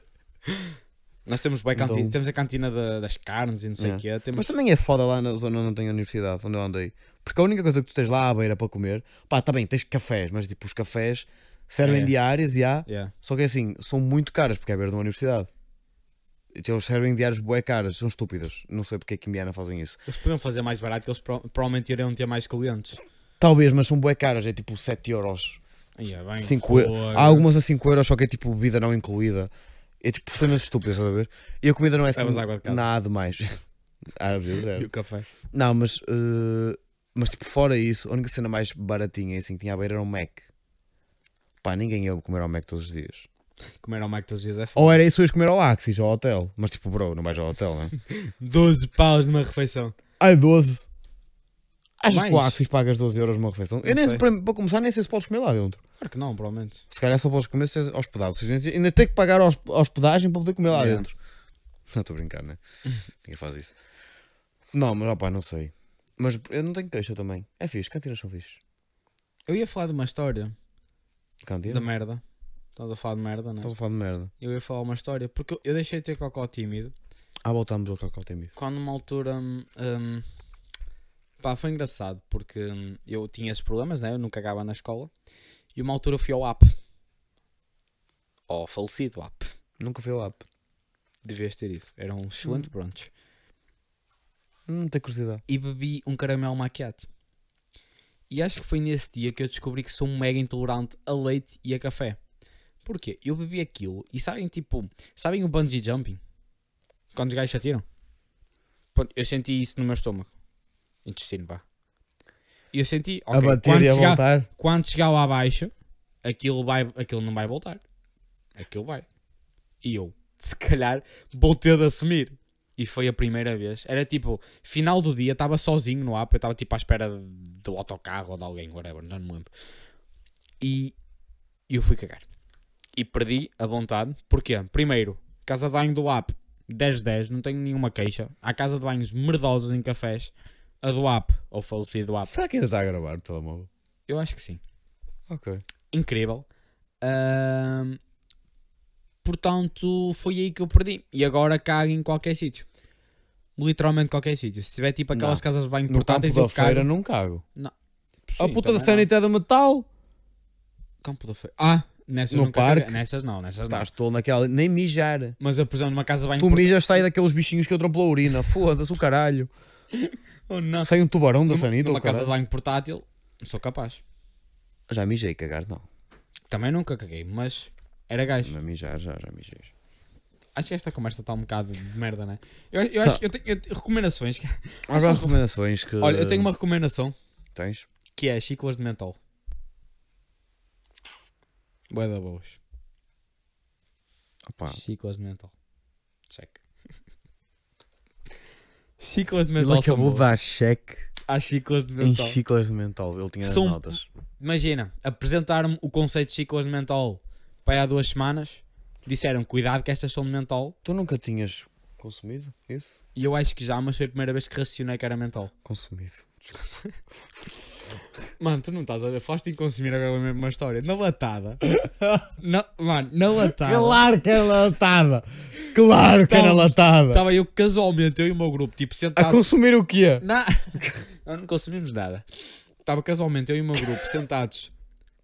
[SPEAKER 2] Nós temos, bué
[SPEAKER 1] Então-
[SPEAKER 2] canti- temos a cantina da- das carnes e não sei o
[SPEAKER 1] É.
[SPEAKER 2] quê. Temos...
[SPEAKER 1] Mas também é foda lá na zona onde não tem a universidade, onde eu andei. Porque a única coisa que tu tens lá à beira para comer, pá, tá bem, tens cafés, mas tipo, os cafés servem
[SPEAKER 2] É.
[SPEAKER 1] diárias e há.
[SPEAKER 2] Yeah.
[SPEAKER 1] Só que assim, são muito caras porque é à beira de uma universidade. Então, Eles servem diários bué caras, são estúpidas. Não sei porque é que em Indiana fazem isso.
[SPEAKER 2] Eles podiam fazer mais barato, que eles pro- provavelmente iriam ter mais clientes.
[SPEAKER 1] Talvez, mas são bué caras, é tipo 7 euros.
[SPEAKER 2] Ia é bem,
[SPEAKER 1] Cinco eu-
[SPEAKER 2] fogo.
[SPEAKER 1] Há algumas a 5 euros, só que é tipo bebida não incluída. É tipo cenas estúpidas, estás a ver? E a comida não é assim
[SPEAKER 2] Levas água de casa. Tipo.
[SPEAKER 1] nada mais. Às vezes era.
[SPEAKER 2] E o café.
[SPEAKER 1] Não, mas, eh, mas tipo, fora isso, a única cena mais baratinha assim que tinha à beira era um Mac. Pá, ninguém ia comer ao Mac todos os dias.
[SPEAKER 2] Comer ao Mac todos os dias é foda.
[SPEAKER 1] Ou era isso, ou ias comer ao Axis, ao hotel. Mas tipo, bro, não vais ao hotel, não é?
[SPEAKER 2] 12 paus numa refeição.
[SPEAKER 1] Ai, 12. Achas que o
[SPEAKER 2] Mais?
[SPEAKER 1] Axis pagas 12 euros numa refeição? Eu
[SPEAKER 2] Não
[SPEAKER 1] nem,
[SPEAKER 2] sei.
[SPEAKER 1] para, para começar, nem sei se podes comer lá dentro.
[SPEAKER 2] Claro que não, provavelmente.
[SPEAKER 1] Se calhar só podes comer se és hospedado. Ou seja, ainda tem que pagar a hos- a hospedagem para poder comer lá
[SPEAKER 2] Yeah.
[SPEAKER 1] dentro. Não estou a brincar, né? Ninguém faz isso. Não, mas opá, não sei. Mas eu não tenho queixa também. É fixe, cantinas são fixe.
[SPEAKER 2] Eu ia falar de uma história
[SPEAKER 1] Cantina?
[SPEAKER 2] da merda. Estamos a falar de merda, não é?
[SPEAKER 1] Estás a falar de merda.
[SPEAKER 2] Eu ia falar uma história porque eu- eu deixei de ter cocó tímido
[SPEAKER 1] Ah, voltámos ao Cacau Tem Bife.
[SPEAKER 2] quando numa altura. hum, hum, pá, foi engraçado porque hum, eu tinha esses problemas, né? Eu nunca cagava na escola. E uma altura eu fui ao app. Ao falecido app.
[SPEAKER 1] Nunca fui lá.
[SPEAKER 2] Devias ter ido. Era um excelente brunch.
[SPEAKER 1] Não tenho curiosidade.
[SPEAKER 2] E bebi um caramelo maquiado. E acho que foi nesse dia que eu descobri que sou um mega intolerante a leite e a café. Porquê? Eu bebi aquilo e sabem, tipo, sabem o bungee jumping? Quando os gajos se atiram? Pronto, eu senti isso no meu estômago. Intestino, vá. E eu senti, ok,
[SPEAKER 1] a bater
[SPEAKER 2] quando,
[SPEAKER 1] e a
[SPEAKER 2] chegar,
[SPEAKER 1] voltar.
[SPEAKER 2] quando chegar lá abaixo, aquilo, vai, aquilo não vai voltar. Aquilo vai. E eu, se calhar, vou ter de assumir. E foi a primeira vez. Era tipo, final do dia, estava sozinho no app, eu estava tipo à espera de- do autocarro ou de alguém, whatever, já não me lembro. E eu fui cagar. E perdi a vontade. Porquê? Primeiro, casa de banho do app, 10-10, não tenho nenhuma queixa. Há casa de banhos merdosas em cafés. A do app, ou falecido do app.
[SPEAKER 1] Será que ainda está a gravar o telemóvel?
[SPEAKER 2] Eu acho que sim.
[SPEAKER 1] Ok.
[SPEAKER 2] incrível. Ahm, portanto, foi aí que eu perdi. E agora cago em qualquer sítio. Literalmente qualquer sítio. Se tiver tipo aquelas
[SPEAKER 1] Não.
[SPEAKER 2] casas de banho
[SPEAKER 1] No campo
[SPEAKER 2] portáteis, eu
[SPEAKER 1] da
[SPEAKER 2] cago.
[SPEAKER 1] feira não cago.
[SPEAKER 2] Sim,
[SPEAKER 1] a puta da
[SPEAKER 2] também
[SPEAKER 1] sanita é de metal.
[SPEAKER 2] não. Campo da feira. Ah, nessas
[SPEAKER 1] No
[SPEAKER 2] nunca
[SPEAKER 1] parque.
[SPEAKER 2] caguei. Nessas não, nessas não.
[SPEAKER 1] Estás todo naquela. Nem mijar.
[SPEAKER 2] Mas eu, por exemplo, numa casa de banho
[SPEAKER 1] Tu
[SPEAKER 2] portátil-
[SPEAKER 1] mijas, sai daqueles bichinhos que entram pela urina. Foda-se o caralho.
[SPEAKER 2] Oh, não.
[SPEAKER 1] Sai um tubarão da sanita.
[SPEAKER 2] Numa
[SPEAKER 1] ou
[SPEAKER 2] casa de
[SPEAKER 1] caralho.
[SPEAKER 2] banho portátil, sou capaz.
[SPEAKER 1] Já mijei cagar, não.
[SPEAKER 2] Também nunca caguei, mas era gajo.
[SPEAKER 1] Já mijar, já, já mijei.
[SPEAKER 2] Acho que esta conversa está um bocado de merda, né? Eu, eu
[SPEAKER 1] Tá.
[SPEAKER 2] acho que eu tenho, eu tenho recomendações.
[SPEAKER 1] Agora recomendações que.
[SPEAKER 2] Olha, eu tenho uma recomendação.
[SPEAKER 1] Tens?
[SPEAKER 2] que é chiclas de mentol. Bué da boas.
[SPEAKER 1] Opa.
[SPEAKER 2] Chiclas de mentol. Check. chiclas de
[SPEAKER 1] Ele
[SPEAKER 2] mentol são
[SPEAKER 1] acabou de
[SPEAKER 2] boas.
[SPEAKER 1] dar cheque
[SPEAKER 2] Há chiclas de
[SPEAKER 1] em
[SPEAKER 2] mentol.
[SPEAKER 1] chiclas de mental. Ele tinha as
[SPEAKER 2] São-
[SPEAKER 1] notas.
[SPEAKER 2] Imagina, apresentaram-me o conceito de chiclas de mentol para há duas semanas. Disseram, cuidado que estas são de mentol.
[SPEAKER 1] Tu nunca tinhas consumido isso?
[SPEAKER 2] E eu acho que já, mas foi a primeira vez que racionei que era mentol.
[SPEAKER 1] Consumido.
[SPEAKER 2] Mano, tu não estás a ver, falaste em consumir agora mesmo uma história. Na latada. na, mano, na latada.
[SPEAKER 1] Claro que é latada! Claro que era
[SPEAKER 2] Estávamos-
[SPEAKER 1] latada!
[SPEAKER 2] Estava eu casualmente, eu e o meu grupo, tipo,
[SPEAKER 1] A
[SPEAKER 2] sentados.
[SPEAKER 1] consumir o quê?
[SPEAKER 2] Na... Nós não consumimos nada. Estava casualmente eu e o meu grupo sentados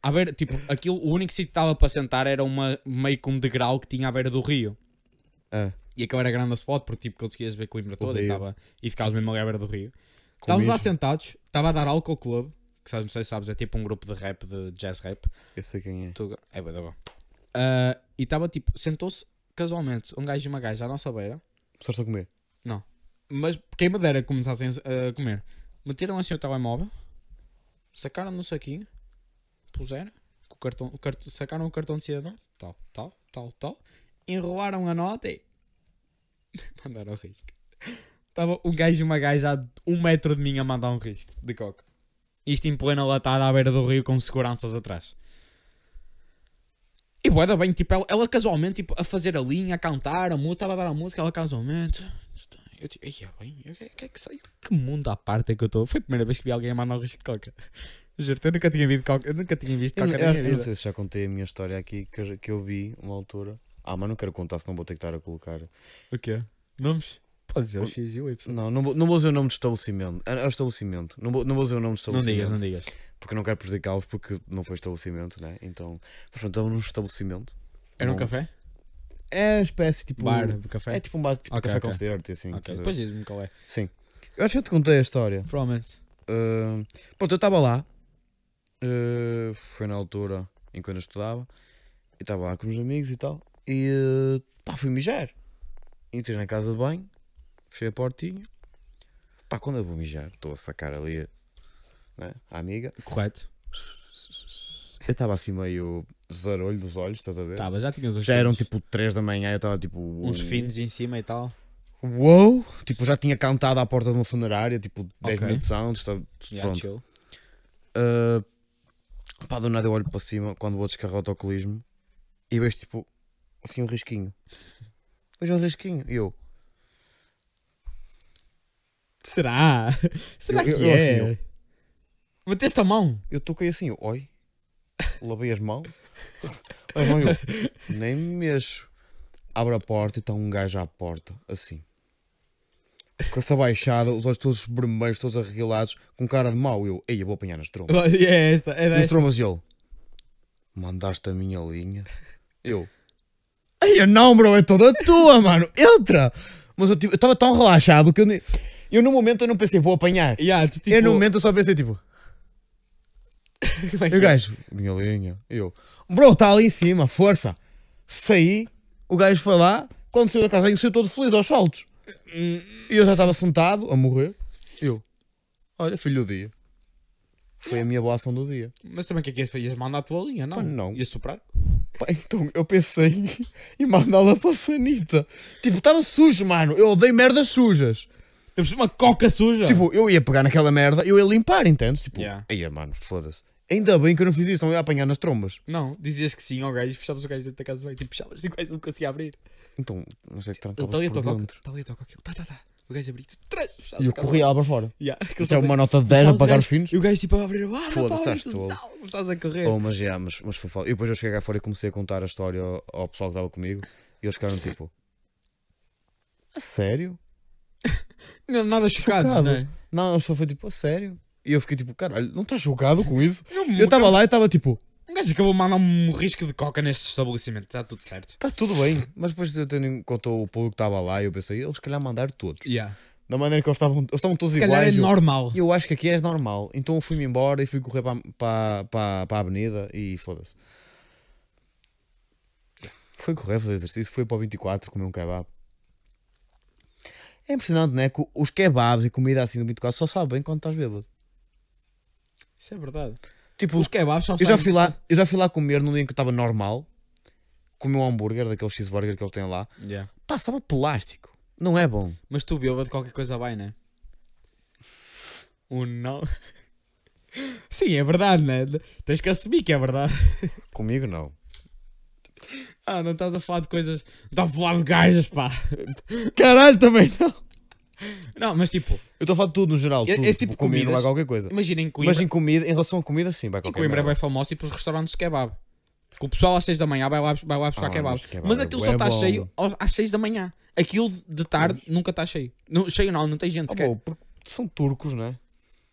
[SPEAKER 2] à beira, tipo, aquilo, o único sítio que estava para sentar era uma, meio que um degrau que tinha à beira do rio.
[SPEAKER 1] Ah.
[SPEAKER 2] E aquilo era grande spot porque tipo, conseguias ver Coimbra toda e,
[SPEAKER 1] rio.
[SPEAKER 2] tava, e ficavas mesmo ali à beira do rio. Estávamos lá sentados, estava a dar álcool club, que sabes, não sei se sabes, é tipo um grupo de rap, de jazz rap.
[SPEAKER 1] Eu sei quem é.
[SPEAKER 2] Tuga. É bué da bom. Ah, e estava tipo, sentou-se casualmente um gajo e uma gaja à nossa beira.
[SPEAKER 1] Só estou a comer.
[SPEAKER 2] Mas quem me dera que começassem a a comer. Meteram assim o telemóvel, sacaram no saquinho, puseram, com o cartão, o cartão- sacaram o cartão de cidadão, tal, tal, tal, tal, enrolaram a nota e mandaram o risco. Estava um gajo e uma gaja a um metro de mim a mandar um risco de coca. Isto em plena latada à beira do rio com seguranças atrás. E boa, bem, tipo, ela, ela casualmente tipo, a fazer a linha, a cantar, a música, estava a dar a música, ela casualmente. Eu tipo, "Ei, é bem, eu que, que é que sei? Que mundo à parte é que eu estou? Foi a primeira vez que vi alguém a mandar um risco de coca. Juro-te, eu nunca tinha visto coca, eu nunca tinha visto
[SPEAKER 1] Eu,
[SPEAKER 2] coca
[SPEAKER 1] não-
[SPEAKER 2] na
[SPEAKER 1] eu
[SPEAKER 2] minha
[SPEAKER 1] não
[SPEAKER 2] vida.
[SPEAKER 1] sei se já contei a minha história aqui que eu, que eu vi uma altura. Ah, mas não quero contar, senão vou ter que estar a colocar.
[SPEAKER 2] O quê? Nomes? Podes dizer o X e o Y.
[SPEAKER 1] Não, não vou, não vou dizer o nome de estabelecimento. É é o estabelecimento. Não vou, não vou dizer o nome de
[SPEAKER 2] Não
[SPEAKER 1] estabelecimento.
[SPEAKER 2] digas, não digas.
[SPEAKER 1] Porque não quero prejudicá-los porque não foi estabelecimento, né? Então, mas pronto, estava num estabelecimento.
[SPEAKER 2] Era um
[SPEAKER 1] Não.
[SPEAKER 2] café?
[SPEAKER 1] É uma espécie tipo.
[SPEAKER 2] Bar, de
[SPEAKER 1] É
[SPEAKER 2] café?
[SPEAKER 1] tipo um bar, tipo
[SPEAKER 2] Ok,
[SPEAKER 1] café
[SPEAKER 2] ok.
[SPEAKER 1] concerto e assim.
[SPEAKER 2] Ok,
[SPEAKER 1] estás a ver?
[SPEAKER 2] Depois diz-me qual é.
[SPEAKER 1] Sim. Eu acho que eu te contei a história.
[SPEAKER 2] Provavelmente.
[SPEAKER 1] Ah, pronto, eu estava lá. Ah, foi na altura em que eu ainda estudava. E estava lá com os amigos e tal. E ah, pá, fui mijar. Entrei na casa de banho, fechei a portinha. Pá, quando eu vou mijar, estou a sacar ali né, a amiga.
[SPEAKER 2] Correto.
[SPEAKER 1] Eu estava assim meio zarolho dos olhos, estás a ver?
[SPEAKER 2] Tava, Tá, já tinhas uns
[SPEAKER 1] Já eram
[SPEAKER 2] finos.
[SPEAKER 1] tipo 3 da manhã, eu estava tipo.
[SPEAKER 2] uns finos em cima e tal.
[SPEAKER 1] Uou! Tipo, já tinha cantado à porta de uma funerária, tipo 10
[SPEAKER 2] Ok.
[SPEAKER 1] minutos antes. tá-
[SPEAKER 2] Já
[SPEAKER 1] pronto.
[SPEAKER 2] chill.
[SPEAKER 1] Uh, pá, do nada eu olho para cima quando vou descarregar o autocolismo e vejo tipo assim um risquinho. Vejo um risquinho. E eu,
[SPEAKER 2] Será? Será
[SPEAKER 1] Eu-
[SPEAKER 2] que
[SPEAKER 1] eu- eu
[SPEAKER 2] é?
[SPEAKER 1] assim,
[SPEAKER 2] Meteste a mão?
[SPEAKER 1] eu toquei assim, eu, oi, lavei as mãos, as mãos eu, nem me mexo. Abro a porta e está um gajo à porta, assim. Com essa baixada, os olhos todos vermelhos, todos arregalados, com cara de mau. Eu, ei, eu vou apanhar nas trombas.
[SPEAKER 2] É esta, é
[SPEAKER 1] E os
[SPEAKER 2] desta.
[SPEAKER 1] trombas e ele, mandaste a minha linha? Eu, Ai, eu não, bro, é toda tua, mano. Entra! Mas eu estava tão relaxado que eu, ne- eu no momento eu não pensei, vou apanhar.
[SPEAKER 2] Yeah, tu, tipo,
[SPEAKER 1] Eu no momento eu só pensei tipo,
[SPEAKER 2] como
[SPEAKER 1] e
[SPEAKER 2] é
[SPEAKER 1] o
[SPEAKER 2] que é?
[SPEAKER 1] gajo, minha linha. Eu, bro, está ali em cima, força. Saí, o gajo foi lá, quando saiu da casa, eu saiu todo feliz aos saltos. E eu já estava sentado a morrer. Eu, olha, filho do dia. Foi a minha boa ação do dia.
[SPEAKER 2] Mas também o que é que ias fazer? Ias mandar a tua linha, não?
[SPEAKER 1] Pá, não.
[SPEAKER 2] Ias soprar?
[SPEAKER 1] Pá, então eu pensei em mandá-la para a sanita. Tipo, estava sujo, mano. Eu odeio merdas sujas.
[SPEAKER 2] Temos uma coca suja.
[SPEAKER 1] Tipo, eu ia pegar naquela merda, eu ia limpar, entendes? Tipo,
[SPEAKER 2] Tá. Yeah.
[SPEAKER 1] aí mano, foda-se. Ainda bem que eu não fiz isso, não ia apanhar nas trombas.
[SPEAKER 2] Não, dizias que sim ao gajo e fechavas o gajo dentro da casa do gajo. Tipo, fechavas e o gajo não conseguia abrir.
[SPEAKER 1] Então, mas é que
[SPEAKER 2] Ele está
[SPEAKER 1] trancavas
[SPEAKER 2] ali a tua
[SPEAKER 1] por
[SPEAKER 2] coca.
[SPEAKER 1] dentro.
[SPEAKER 2] Está ali a tua coca. Ele, Tá, tá, tá. O gajo abriu. tu Trás, fechavas
[SPEAKER 1] E eu
[SPEAKER 2] a casa.
[SPEAKER 1] corri lá para fora.
[SPEAKER 2] Yeah, aquele
[SPEAKER 1] Isso é
[SPEAKER 2] só-
[SPEAKER 1] uma nota de 10 a
[SPEAKER 2] fechavas o
[SPEAKER 1] pagar
[SPEAKER 2] gajo
[SPEAKER 1] os finos.
[SPEAKER 2] E o gajo tipo a abrir. Ah,
[SPEAKER 1] Foda-se,
[SPEAKER 2] Foda-se,
[SPEAKER 1] estás tolo.
[SPEAKER 2] estás a correr.
[SPEAKER 1] Oh, mas já, mas, mas foi foda. E depois eu cheguei cá fora e comecei a contar a história ao, ao pessoal que estava comigo. E eles ficaram tipo... A sério?
[SPEAKER 2] Não, Nada chocados,
[SPEAKER 1] Chocado.
[SPEAKER 2] não é?
[SPEAKER 1] Não, eu só foi tipo, a sério? E eu fiquei tipo, caralho, não estás jogado com isso?
[SPEAKER 2] Não,
[SPEAKER 1] Eu estava lá e estava tipo...
[SPEAKER 2] Um gajo acabou de mandar um risco de coca neste estabelecimento. Está tudo certo.
[SPEAKER 1] Está "Tá tudo bem, mas depois eu tendo contou o público que estava lá e eu pensei, eles se calhar mandaram todos.
[SPEAKER 2] Yeah.
[SPEAKER 1] Da maneira que eles estavam, eles estavam todos
[SPEAKER 2] Se calhar é
[SPEAKER 1] iguais. eu-
[SPEAKER 2] normal.
[SPEAKER 1] eu, acho que aqui é normal. Então eu fui-me embora e fui correr para, a- para, para, para a avenida e foda-se. Fui correr, fazer exercício, fui para o 24 comer um kebab. É impressionante, né? Que os kebabs e comida assim do 24 só sabem bem quando estás bêbado.
[SPEAKER 2] Isso é verdade.
[SPEAKER 1] Tipo,
[SPEAKER 2] Os kebabs só
[SPEAKER 1] eu já,
[SPEAKER 2] saem-
[SPEAKER 1] fui lá, eu já fui lá comer num dia em que eu estava normal, comi um hambúrguer, daquele cheeseburger que ele tem lá.
[SPEAKER 2] Yeah.
[SPEAKER 1] Pá, estava plástico. Não é bom.
[SPEAKER 2] Mas tu bêbado qualquer coisa vai, né? Um não. Sim, é verdade, né? Tens que assumir que é verdade.
[SPEAKER 1] Comigo não.
[SPEAKER 2] Ah, não estás a falar de coisas. Não estás a falar de gajas, pá.
[SPEAKER 1] Caralho, também não.
[SPEAKER 2] Não, mas tipo,
[SPEAKER 1] Eu estou a falar de tudo no geral.
[SPEAKER 2] E-
[SPEAKER 1] Tudo.
[SPEAKER 2] esse tipo
[SPEAKER 1] tipo,
[SPEAKER 2] de
[SPEAKER 1] comida não vai
[SPEAKER 2] comidas-
[SPEAKER 1] qualquer coisa.
[SPEAKER 2] imaginem Coimbra.
[SPEAKER 1] Mas em comida, em relação a comida, sim, vai
[SPEAKER 2] Em
[SPEAKER 1] qualquer
[SPEAKER 2] Coimbra é
[SPEAKER 1] merda.
[SPEAKER 2] bem famoso tipo os restaurantes de kebab. Que o pessoal às 6 da manhã vai lá, vai lá buscar
[SPEAKER 1] Ah,
[SPEAKER 2] kebab.
[SPEAKER 1] mas
[SPEAKER 2] Mas,
[SPEAKER 1] kebab é
[SPEAKER 2] aquilo
[SPEAKER 1] bué
[SPEAKER 2] só está
[SPEAKER 1] bom.
[SPEAKER 2] cheio ao- às 6 da manhã. Aquilo de tarde nunca está cheio. Não, cheio não, não tem gente
[SPEAKER 1] Ah,
[SPEAKER 2] sequer.
[SPEAKER 1] bom, porque são turcos, né?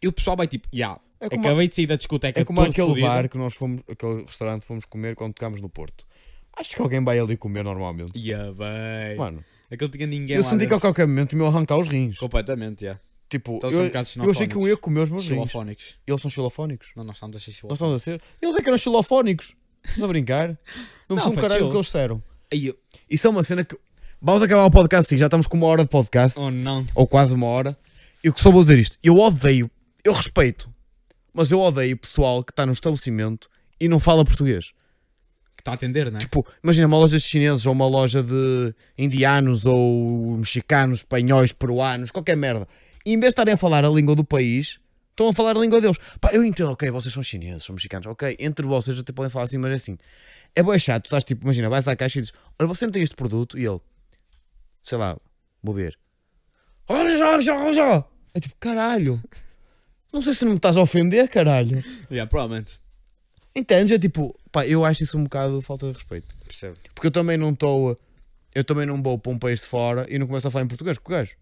[SPEAKER 2] E o pessoal vai tipo, yeah,
[SPEAKER 1] É como,
[SPEAKER 2] acabei de sair da discoteca.
[SPEAKER 1] é como
[SPEAKER 2] todo
[SPEAKER 1] aquele
[SPEAKER 2] fodido."
[SPEAKER 1] bar que nós fomos, aquele restaurante que fomos comer quando tocámos no Porto. Acho que alguém vai ali comer normalmente.
[SPEAKER 2] Yeah, bem.
[SPEAKER 1] Mano,
[SPEAKER 2] Aquele tinha ninguém
[SPEAKER 1] eu
[SPEAKER 2] lá
[SPEAKER 1] senti que a
[SPEAKER 2] dentro.
[SPEAKER 1] qualquer momento me iam arrancar os tá rins.
[SPEAKER 2] Completamente, yeah.
[SPEAKER 1] Tipo,
[SPEAKER 2] Então são um
[SPEAKER 1] eu,
[SPEAKER 2] bocado
[SPEAKER 1] eu achei que eu ia comer os meus rins.
[SPEAKER 2] Xilofónicos.
[SPEAKER 1] Eles são xilofónicos.
[SPEAKER 2] Não, nós estamos a ser
[SPEAKER 1] Nós
[SPEAKER 2] xilofónicos.
[SPEAKER 1] estamos a ser. Eles é que eram xilofónicos. Estás a brincar? Não,
[SPEAKER 2] Não,
[SPEAKER 1] foi um
[SPEAKER 2] foi
[SPEAKER 1] caralho
[SPEAKER 2] chill.
[SPEAKER 1] o que eles disseram.
[SPEAKER 2] Aí eu-
[SPEAKER 1] Isso é uma cena que. Vamos acabar o podcast assim, já estamos com uma hora de podcast,
[SPEAKER 2] Oh não.
[SPEAKER 1] ou quase uma hora. Eu que só vou dizer isto. Eu odeio, eu respeito, mas eu odeio o pessoal que está num estabelecimento e não fala português.
[SPEAKER 2] Que está a atender, não é?
[SPEAKER 1] Tipo, imagina uma loja de chineses ou uma loja de indianos ou mexicanos, espanhóis, peruanos, qualquer merda. E em vez de estarem a falar a língua do país, estão a falar a língua deles. Pá, eu entendo, ok, vocês são chineses, são mexicanos, ok, entre vocês até podem falar assim, mas é assim. É bem chato, tu estás tipo, imagina, vais à caixa e dizes, olha, você não tem este produto? E ele, sei lá, vou ver. Olha já, olha já, olha já. É tipo, caralho. Não sei se não me estás a ofender, caralho.
[SPEAKER 2] Yeah, provavelmente.
[SPEAKER 1] Entendes? É tipo, pá, eu acho isso um bocado falta de respeito.
[SPEAKER 2] Percebo.
[SPEAKER 1] Porque eu também não estou. Eu também não vou para um país de fora e não começo a falar em português com o gajo.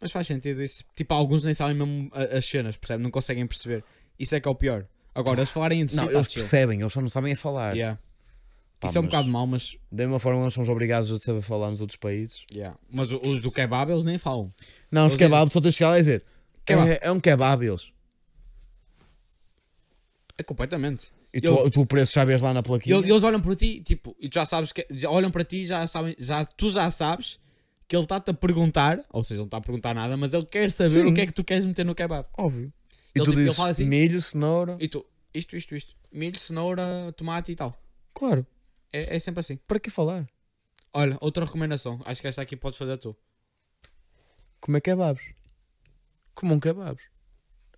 [SPEAKER 2] Mas faz sentido isso. Tipo, alguns nem sabem mesmo a- as cenas, percebe? Não conseguem perceber. Isso é que é o pior. Agora, eles falarem entre si,
[SPEAKER 1] Não,
[SPEAKER 2] tá
[SPEAKER 1] eles
[SPEAKER 2] chill.
[SPEAKER 1] percebem, eles só não sabem a falar.
[SPEAKER 2] Yeah.
[SPEAKER 1] Pá,
[SPEAKER 2] Isso é um
[SPEAKER 1] mas
[SPEAKER 2] bocado mau, mas,
[SPEAKER 1] Da mesma forma, eles são os obrigados a saber falar nos outros países.
[SPEAKER 2] yeah. mas o- os do kebab eles nem falam.
[SPEAKER 1] Não, os
[SPEAKER 2] Eles dizem-
[SPEAKER 1] kebabs só tens de chegar lá e dizer:
[SPEAKER 2] Kebab.
[SPEAKER 1] É, é um kebab, eles.
[SPEAKER 2] É completamente.
[SPEAKER 1] E tu,
[SPEAKER 2] Ele-
[SPEAKER 1] tu o preço já vês lá na
[SPEAKER 2] E
[SPEAKER 1] plaquinha.
[SPEAKER 2] eles, eles olham para ti, tipo, e tu já sabes que. Já olham para ti e já sabem. Já, tu já sabes que ele está-te a perguntar, ou seja, não está a perguntar nada, mas ele quer saber
[SPEAKER 1] Sim.
[SPEAKER 2] o que é que tu queres meter no kebab.
[SPEAKER 1] Óbvio. E
[SPEAKER 2] Ele,
[SPEAKER 1] tu
[SPEAKER 2] tipo, ele
[SPEAKER 1] dizes
[SPEAKER 2] fala assim-
[SPEAKER 1] milho, cenoura.
[SPEAKER 2] E tu, isto, isto, isto. Milho, cenoura, tomate e tal.
[SPEAKER 1] Claro,
[SPEAKER 2] É, é sempre assim.
[SPEAKER 1] para que falar?
[SPEAKER 2] Olha, outra recomendação. Acho que esta aqui podes fazer tu.
[SPEAKER 1] Comer kebabs. Como um kebabs.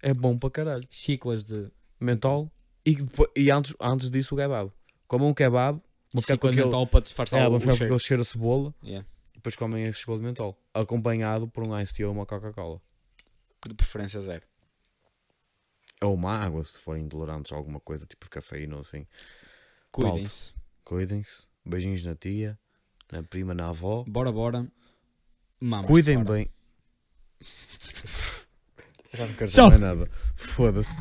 [SPEAKER 1] É bom para caralho.
[SPEAKER 2] Chiclas de.
[SPEAKER 1] Mentol. E, depo- e antes, antes disso, o kebab. Como um kebab, vão ficar com
[SPEAKER 2] Chiclas de
[SPEAKER 1] aquele,
[SPEAKER 2] mentol para disfarçar
[SPEAKER 1] é,
[SPEAKER 2] o,
[SPEAKER 1] vão
[SPEAKER 2] o
[SPEAKER 1] ficar com
[SPEAKER 2] cheiro.
[SPEAKER 1] aquele cheiro a cebola.
[SPEAKER 2] Yeah.
[SPEAKER 1] E depois comem esse cheiro de mentol. Acompanhado por um ice tea ou uma Coca-Cola.
[SPEAKER 2] De preferência zero.
[SPEAKER 1] Ou uma água, se forem intolerantes a alguma coisa, tipo de cafeína ou assim.
[SPEAKER 2] Cuidem-se.
[SPEAKER 1] Cuidem-se. Beijinhos na tia, na prima, na avó.
[SPEAKER 2] Bora, bora. Mamas
[SPEAKER 1] Cuidem
[SPEAKER 2] fora.
[SPEAKER 1] bem. Já não quero
[SPEAKER 4] Tchau.
[SPEAKER 1] mais nada. Foda-se.